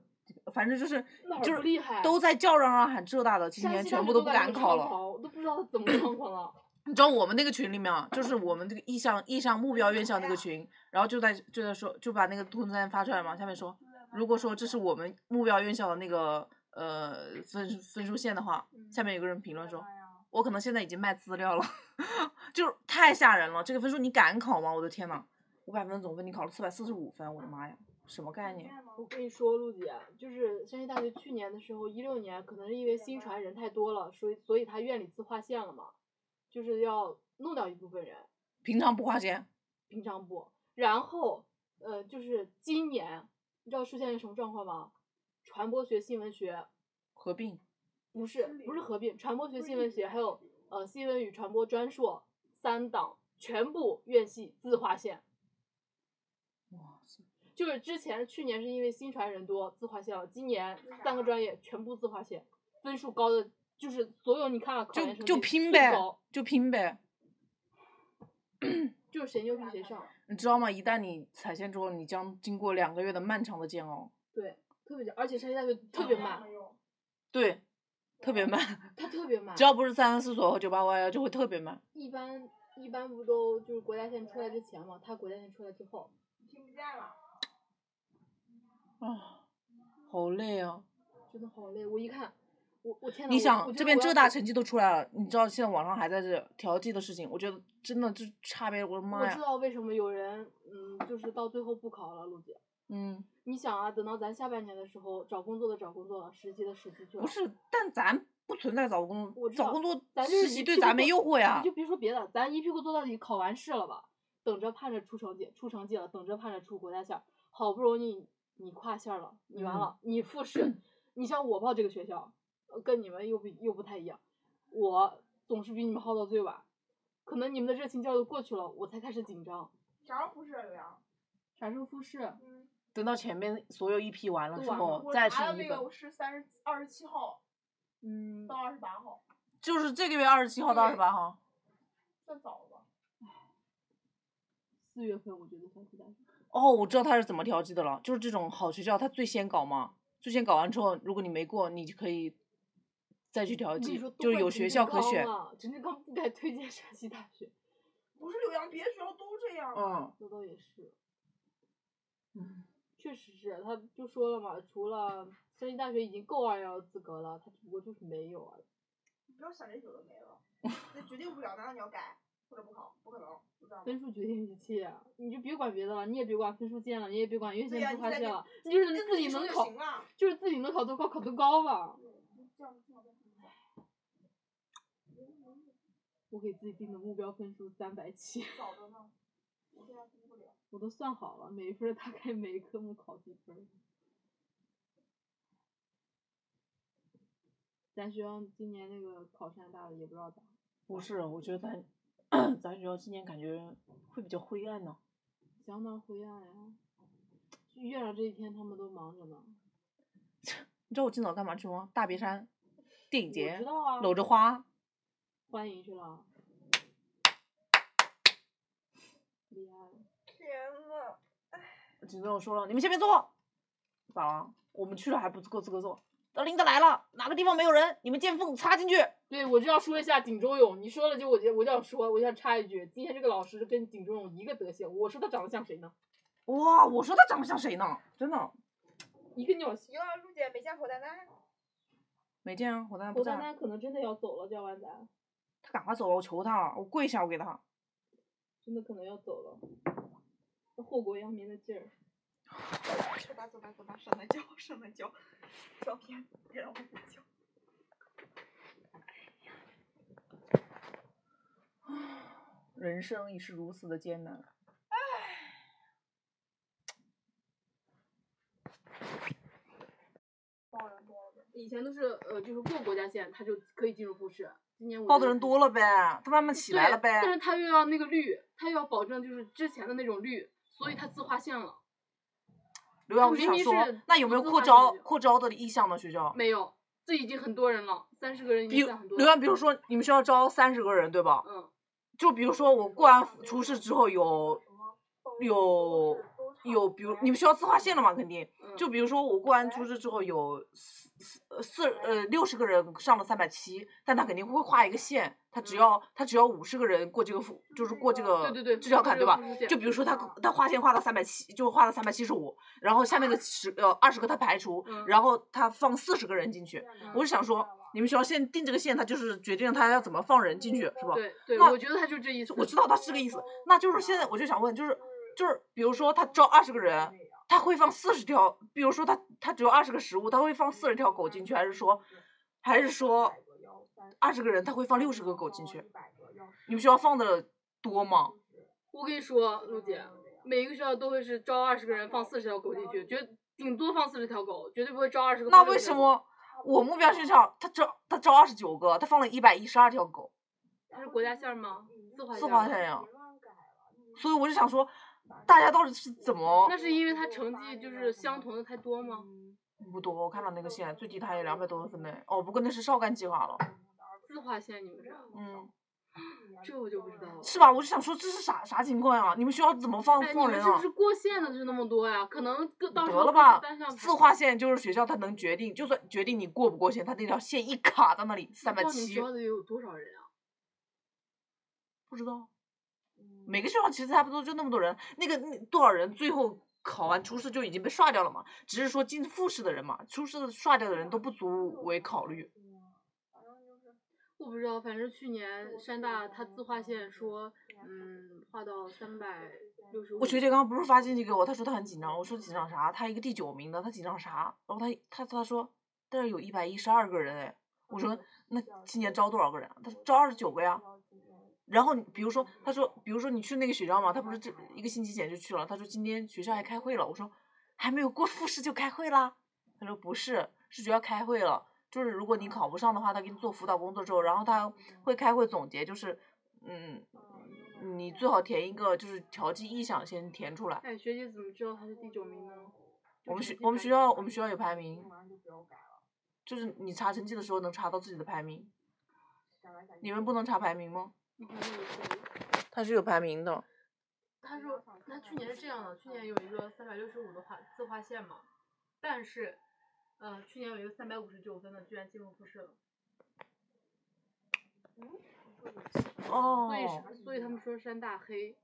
Speaker 1: 反正就是
Speaker 3: 哪儿
Speaker 1: 就
Speaker 3: 不
Speaker 1: 是
Speaker 3: 厉害？
Speaker 1: 都在叫嚷嚷喊浙大的，今
Speaker 3: 山
Speaker 1: 年
Speaker 3: 西
Speaker 1: 全
Speaker 3: 大
Speaker 1: 部
Speaker 3: 学
Speaker 1: 不
Speaker 3: 敢
Speaker 1: 敢
Speaker 3: 跟
Speaker 1: 考
Speaker 3: 我
Speaker 1: 了。
Speaker 3: 考我都不知道他怎么猖狂了。
Speaker 1: 你知道我们那个群里面啊，就是我们这个意向意向目标院校
Speaker 3: 啊
Speaker 1: 那个群，然后就在就在说就把那个通知单发出来嘛，下面说，
Speaker 3: 啊
Speaker 1: 如果说这是我们目标院校的那个呃分数分数线的话，
Speaker 3: 嗯
Speaker 1: 下面有个人评论说，我可能现在已经卖资料了， 就是太吓人了，这个分数你敢考吗？我的天呐，五百分总分你考了四百四十五分，我的妈呀，什么概念？
Speaker 3: 我跟你说，陆姐，就是山西大学去年的时候，一六年可能是因为新传人太多了，所以所以他院里自划线了嘛，就是要弄掉一部分人，
Speaker 1: 平常不花钱，
Speaker 3: 平常不。然后，呃，就是今年，你知道出现一个什么状况吗？传播学、新闻学
Speaker 1: 合并
Speaker 3: 不是
Speaker 2: 分离
Speaker 3: 不是合并，传播学、
Speaker 2: 不是
Speaker 3: 新
Speaker 2: 一
Speaker 3: 闻
Speaker 2: 起
Speaker 3: 学还有呃新闻与传播专硕三档全部院系自划线。
Speaker 1: 哇塞，
Speaker 3: 就是之前去年是因为新传人多自划线了，今年三个专业全部自划线，分数高的就是所有你看了考
Speaker 1: 就
Speaker 3: 研成
Speaker 1: 就
Speaker 3: 绩
Speaker 1: 拼
Speaker 3: 最
Speaker 1: 呗
Speaker 3: 高，
Speaker 1: 就拼呗。
Speaker 3: 就是谁牛逼谁上，
Speaker 1: 你知道吗？一旦你踩线之后，你将经过两个月的漫长的煎熬，
Speaker 3: 对，特别而且山西大学特别
Speaker 4: 哎
Speaker 3: 慢，
Speaker 1: 对，特别慢。
Speaker 3: 它特别慢，
Speaker 1: 只要不是三三四所和九八 Y 幺，就会特别慢。
Speaker 3: 一般一般不都就是国家线出来之前嘛，它国家线出来之后，
Speaker 2: 听不见了。
Speaker 1: 啊，好累啊！
Speaker 3: 真的好累，我一看，我我天呐，
Speaker 1: 你
Speaker 3: 我
Speaker 1: 想，
Speaker 3: 我觉
Speaker 1: 这
Speaker 3: 得
Speaker 1: 边
Speaker 3: 我要
Speaker 1: 浙大
Speaker 3: 是
Speaker 1: 成绩都出来了，你知道现在网上还在这调剂的事情，我觉得真的就差别，我的
Speaker 3: 我
Speaker 1: 妈
Speaker 3: 知
Speaker 1: 呀！
Speaker 3: 道为什么有人嗯就是到最后不考了，陆姐。
Speaker 1: 嗯，
Speaker 3: 你想啊，等到咱下半年的时候，找工作的找工作了，实习的实习去了。
Speaker 1: 不是，但咱不存在找工作，
Speaker 3: 我知
Speaker 1: 找
Speaker 3: 道
Speaker 1: 工作
Speaker 3: 咱就是
Speaker 1: 实
Speaker 3: 一
Speaker 1: 习
Speaker 3: 屁
Speaker 1: 对
Speaker 3: 股
Speaker 1: 咱没
Speaker 3: 坐
Speaker 1: 诱惑呀
Speaker 3: 你就。别说别的，咱一屁股坐到底，考完试了吧，等着盼着出成绩，出成绩了，等着盼着出国家线儿，好不容易你跨线儿了，你完了，你 复试，你像我报这个学校，呃跟你们又不又不太一样，我。总是比你们耗到最晚，可能你们的热情教育过去了，我才开始紧张。
Speaker 2: 啥时候复试了呀？
Speaker 3: 啥时候复试？
Speaker 2: 嗯，
Speaker 1: 等到前面所有一批完了
Speaker 3: 都
Speaker 1: 之
Speaker 3: 完
Speaker 1: 后
Speaker 2: 我，
Speaker 1: 再
Speaker 2: 查的
Speaker 1: 是
Speaker 2: 那
Speaker 1: 一本
Speaker 2: 个，我是三十二十七号
Speaker 3: 嗯
Speaker 2: 到，二十八号，
Speaker 1: 就是这个月二十七号到二十八号。
Speaker 2: 算早了吧？
Speaker 3: 四月份我觉得算是大学。
Speaker 1: 哦，我知道他是怎么调剂的了，就是这种好学校，他最先搞嘛，最先搞完之后，如果你没过，你就可以再去调
Speaker 3: 我跟你
Speaker 1: 剂
Speaker 3: 说，都
Speaker 1: 就是
Speaker 3: 怪
Speaker 1: 有
Speaker 3: 陈
Speaker 1: 学
Speaker 3: 志
Speaker 1: 校可
Speaker 3: 刚
Speaker 1: 选。
Speaker 3: 了陈志刚不该推荐陕西大学，
Speaker 2: 不是浏阳，别的学校都这样。
Speaker 1: 嗯，
Speaker 3: 这倒也是。
Speaker 1: 嗯，
Speaker 3: 确实是，他就说了嘛，除了山西大学已经够二幺幺资格了，他只不过就是没有啊而已。
Speaker 2: 你不要想这有的没 了，那决定不了，难道你要改或者不考？不可能，就这样吧。
Speaker 3: 分数决定一切，你就别管别的了，你也别管分数线了，你也别管院
Speaker 2: 对呀
Speaker 3: 线
Speaker 2: 你
Speaker 3: 不发
Speaker 2: 在
Speaker 3: 线
Speaker 2: 这
Speaker 3: 了，你就是
Speaker 2: 跟
Speaker 3: 自己
Speaker 2: 说
Speaker 3: 能
Speaker 2: 就
Speaker 3: 考
Speaker 2: 行，了。
Speaker 3: 就是自己能考多高考多高吧。
Speaker 2: 这样这样这样这样
Speaker 3: 我给自己定的目标分数三百七，
Speaker 2: 早着呢，我现在估不了。
Speaker 3: 我都算好了，每一分儿大概每一科目考几分儿。咱学校今年那个考山大的也不知道咋，
Speaker 1: 不是，我觉得咱 咱学校今年感觉会比较灰暗呢。
Speaker 3: 相当灰暗呀。院长这一天他们都忙着呢。嗯
Speaker 1: 你知道我今早干嘛去吗？大别山电影
Speaker 3: 我
Speaker 1: 节
Speaker 3: 知，道啊。
Speaker 1: 搂着花，
Speaker 3: 欢迎去了。厉害了。
Speaker 2: 天呐，
Speaker 1: 只跟我说了，你们先别坐，咋了？我们去了还不够资格坐？等领导来了，哪个地方没有人，你们见缝插进去。
Speaker 3: 对，我就要说一下景州勇，你说了就我就我就要说，我就要插一句，今天这个老师跟景州勇一个德行，我说他长得像谁呢？
Speaker 1: 哇，我说他长得像谁呢？真的
Speaker 3: 一个鸟
Speaker 2: 行啊，陆姐没见侯丹丹，
Speaker 1: 没见啊，火丹
Speaker 3: 侯
Speaker 1: 不
Speaker 3: 丹
Speaker 1: 在，
Speaker 3: 丹可能真的要走了，教完咱
Speaker 1: 他赶快走吧，我求他了，我跪下，我给他。
Speaker 3: 真的可能要走了，祸国殃民的劲儿。
Speaker 2: 走吧走吧走吧，上来教上来教，照片别让我补教。
Speaker 1: 人生亦是如此的艰难。
Speaker 3: 以前都是呃，就是过国家线他就可以进入复试，今年我
Speaker 1: 报
Speaker 3: 觉
Speaker 1: 的
Speaker 3: 得
Speaker 1: 人多了呗，他慢慢起来
Speaker 3: 对
Speaker 1: 了
Speaker 3: 但
Speaker 1: 呗。
Speaker 3: 是他又要那个率，他又要保证就是之前的那种率，所以他自划线了，
Speaker 1: 刘洋，我就
Speaker 3: 明
Speaker 1: 想
Speaker 3: 明
Speaker 1: 说
Speaker 3: 是，
Speaker 1: 那有没有
Speaker 3: 自
Speaker 1: 扩
Speaker 3: 发
Speaker 1: 招
Speaker 3: 的
Speaker 1: 扩招的意向呢？学校？
Speaker 3: 没有，这已经很多人了，三十个人已
Speaker 1: 比
Speaker 3: 经
Speaker 1: 如
Speaker 3: 算很多
Speaker 1: 刘
Speaker 3: 了。
Speaker 1: 洋，比如说你们学校招三十个人，对吧？
Speaker 3: 嗯，
Speaker 1: 就比如说我过完初试之后有有有，比如你们学校自划线了嘛，肯定。
Speaker 3: 嗯
Speaker 1: 就比如说我过完初试之后有四四呃四呃六十个人上了三百七，但他肯定会画一个线，他只
Speaker 3: 嗯
Speaker 1: 要他只要五十个人过这个负，就是过这个
Speaker 3: 对对对，
Speaker 1: 这条坎，对吧？
Speaker 3: 这个是
Speaker 1: 就比如说他他划线划到三百七，就划到三百七十五，然后下面的十呃二十个他排除，
Speaker 3: 嗯
Speaker 1: 然后他放四十个人进去。我是想说，你们学校现定这个线，他就是决定他要怎么放人进去，是吧？
Speaker 3: 对对，
Speaker 1: 那
Speaker 3: 我觉得他就这意思。
Speaker 1: 我知道他是这个意思，那就是现在我就想问，就是就是比如说他招二十个人，他会放四十条，比如说他他只有二十个食物，他会放四十条狗进去，还是说还是说二十个人他会放六十个狗进去？你们学校放的多吗？
Speaker 3: 我跟你说，陆姐，每一个学校都会是招二十个人放四十条狗进去，绝顶多放四十条狗，绝对不会招二十个。
Speaker 1: 那为什？么我目标学校他招他招二十九个，他放了一百一十二条狗，
Speaker 3: 它是国家线儿吗？自划
Speaker 1: 自
Speaker 3: 线
Speaker 1: 划
Speaker 3: 吗。
Speaker 1: 嗯
Speaker 3: 嗯
Speaker 1: 线呀？所以我就想说，大家到底是怎么
Speaker 3: 那是因为它成绩就是相同的太多吗？
Speaker 1: 不多？我看到那个线最低他也两百多个分类，哦，不过那是少干计划了，
Speaker 3: 自划线你们这，
Speaker 1: 嗯，
Speaker 3: 这我就不知道了。
Speaker 1: 是吧？我就想说这是啥啥情况呀？你们学校怎么放
Speaker 3: 哎，你
Speaker 1: 放
Speaker 3: 们
Speaker 1: 人
Speaker 3: 是不
Speaker 1: 啊
Speaker 3: 是？过线的就那么多呀？可能各到时候
Speaker 1: 得了
Speaker 3: 都是
Speaker 1: 吧
Speaker 3: 单，向
Speaker 1: 自
Speaker 3: 排
Speaker 1: 划线就是学校他能决定，就算决定你过不过线，他那条线一卡在那里三百
Speaker 3: 那到你们学
Speaker 1: 七，
Speaker 3: 校得有多少人啊？
Speaker 1: 不知道。每个学校其实差不多就那么多人，那个那多少人最后考完初试就已经被刷掉了嘛？只是说进复试的人嘛，初试的刷掉的人都不足为考虑。
Speaker 4: 嗯
Speaker 3: 我不知道，反正去年山大他自划线说，嗯，划到三百六十五。
Speaker 1: 我学姐刚刚不是发信息给我，她说她很紧张，我说紧张啥？她一个第九名的，她紧张啥？然后她她她说，但是有一百一十二个人哎，我说那今年招多少个人啊？她说招二十九个呀。然后你比如说，她说，比如说你去那个学校嘛，她不是这一个星期前就去了，她说今天学校还开会了，我说还没有过复试就开会啦，她说不是，是学校开会了，就是如果你考不上的话，他给你做辅导工作之后，然后他会开会总结，就是嗯，你最好填一个就是调剂意向先填出来。
Speaker 3: 那你学姐怎么知道他是第九名呢？
Speaker 1: 我们学我们学校我们学校有排名，
Speaker 3: 嗯
Speaker 1: 就是你查成绩的时候能查到自己的排名。你们不能查排名吗？它是有排名的。
Speaker 3: 他说他去年是这样的，去年有一个三百六十五的划自划线嘛，但是，呃，去年有一个三百五十九分的居然进入复试了，
Speaker 1: 哦
Speaker 3: 所以是所以他们说山大黑，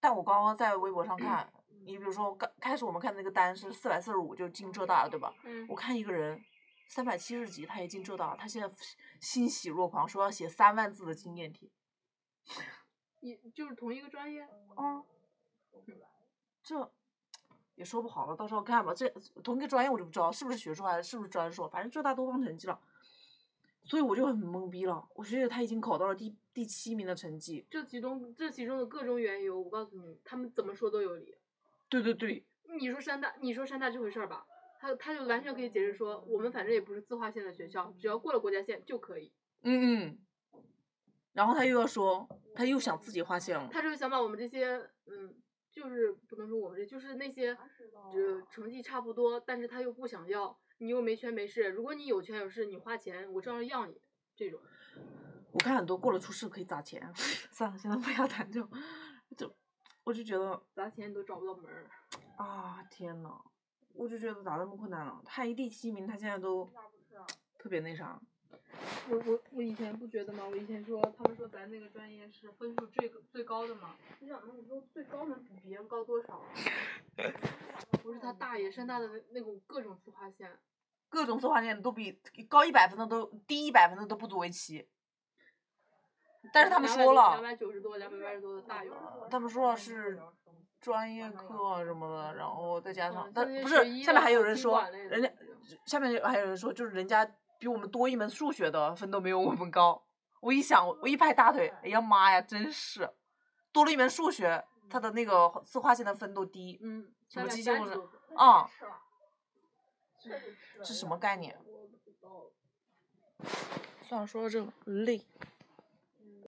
Speaker 1: 但我刚刚在微博上看，你比如说刚开始我们看那个单是四百四十五就进浙大了，对吧？
Speaker 3: 嗯
Speaker 1: 我看一个人三百七十级他也进浙大了，他现在欣喜若狂，说要写三万字的经验帖。
Speaker 3: 也就是同一个专业，
Speaker 1: 啊，
Speaker 3: 哦
Speaker 1: 这也说不好了，到时候看吧。这同一个专业我就不知道是不是学硕还是是不是专硕，反正浙大都放成绩了，所以我就很懵逼了。我学姐她已经考到了第第七名的成绩，
Speaker 3: 这其中这其中的各种缘由，我告诉你，他们怎么说都有理。
Speaker 1: 对对对，
Speaker 3: 你说山大，你说山大这回事儿吧，他他就完全可以解释说，我们反正也不是自划线的学校，只要过了国家线就可以。
Speaker 1: 嗯嗯。然后她又要说，她又想自己划线了。
Speaker 3: 他就是想把我们这些，嗯，就是不能说我们这，就是那些，呃，成绩差不多，但是他又不想要，你又没权没势。如果你有权有势，你花钱，我照样要你这种。
Speaker 1: 我看很多过了初试可以砸钱， 算了，现在不要谈这种，就我就觉得
Speaker 3: 砸钱你都找不到门儿，
Speaker 1: 啊，天呐，我就觉得咋那么困难了？他一第七名，他现在都特别那啥。
Speaker 3: 我我我以前不觉得吗？我以前说他们说咱那个专业是分数最最高的嘛，我想那你说最高能比别人高多少啊？ 不是他大爷，山大的那那种各种自划线，
Speaker 1: 各种自划线都比高一百分的都低一百分的都不足为奇。但是他们说
Speaker 3: 两
Speaker 1: 了，
Speaker 3: 百九十多、两百八十多的大有。
Speaker 1: 他们说了是专业课啊什么的，然后再加上
Speaker 3: 嗯，
Speaker 1: 但
Speaker 3: 像那
Speaker 1: 不
Speaker 3: 些
Speaker 1: 是
Speaker 3: 学医
Speaker 1: 下面
Speaker 3: 的
Speaker 1: 还有人
Speaker 3: 经
Speaker 1: 说
Speaker 3: 管类，的
Speaker 1: 人家
Speaker 3: 东
Speaker 1: 下面还有人说，就是人家比我们多一门数学的分都没有我们高。我一想，我一拍大腿，哎呀妈呀，真是多了一门数学，他的那个自划线的分都低，
Speaker 3: 嗯，
Speaker 1: 什么
Speaker 3: 330
Speaker 1: 机械工
Speaker 3: 多
Speaker 1: 程
Speaker 3: 个
Speaker 1: 啊，
Speaker 6: 确实吃
Speaker 1: 这什么概念？算了，说到这个累。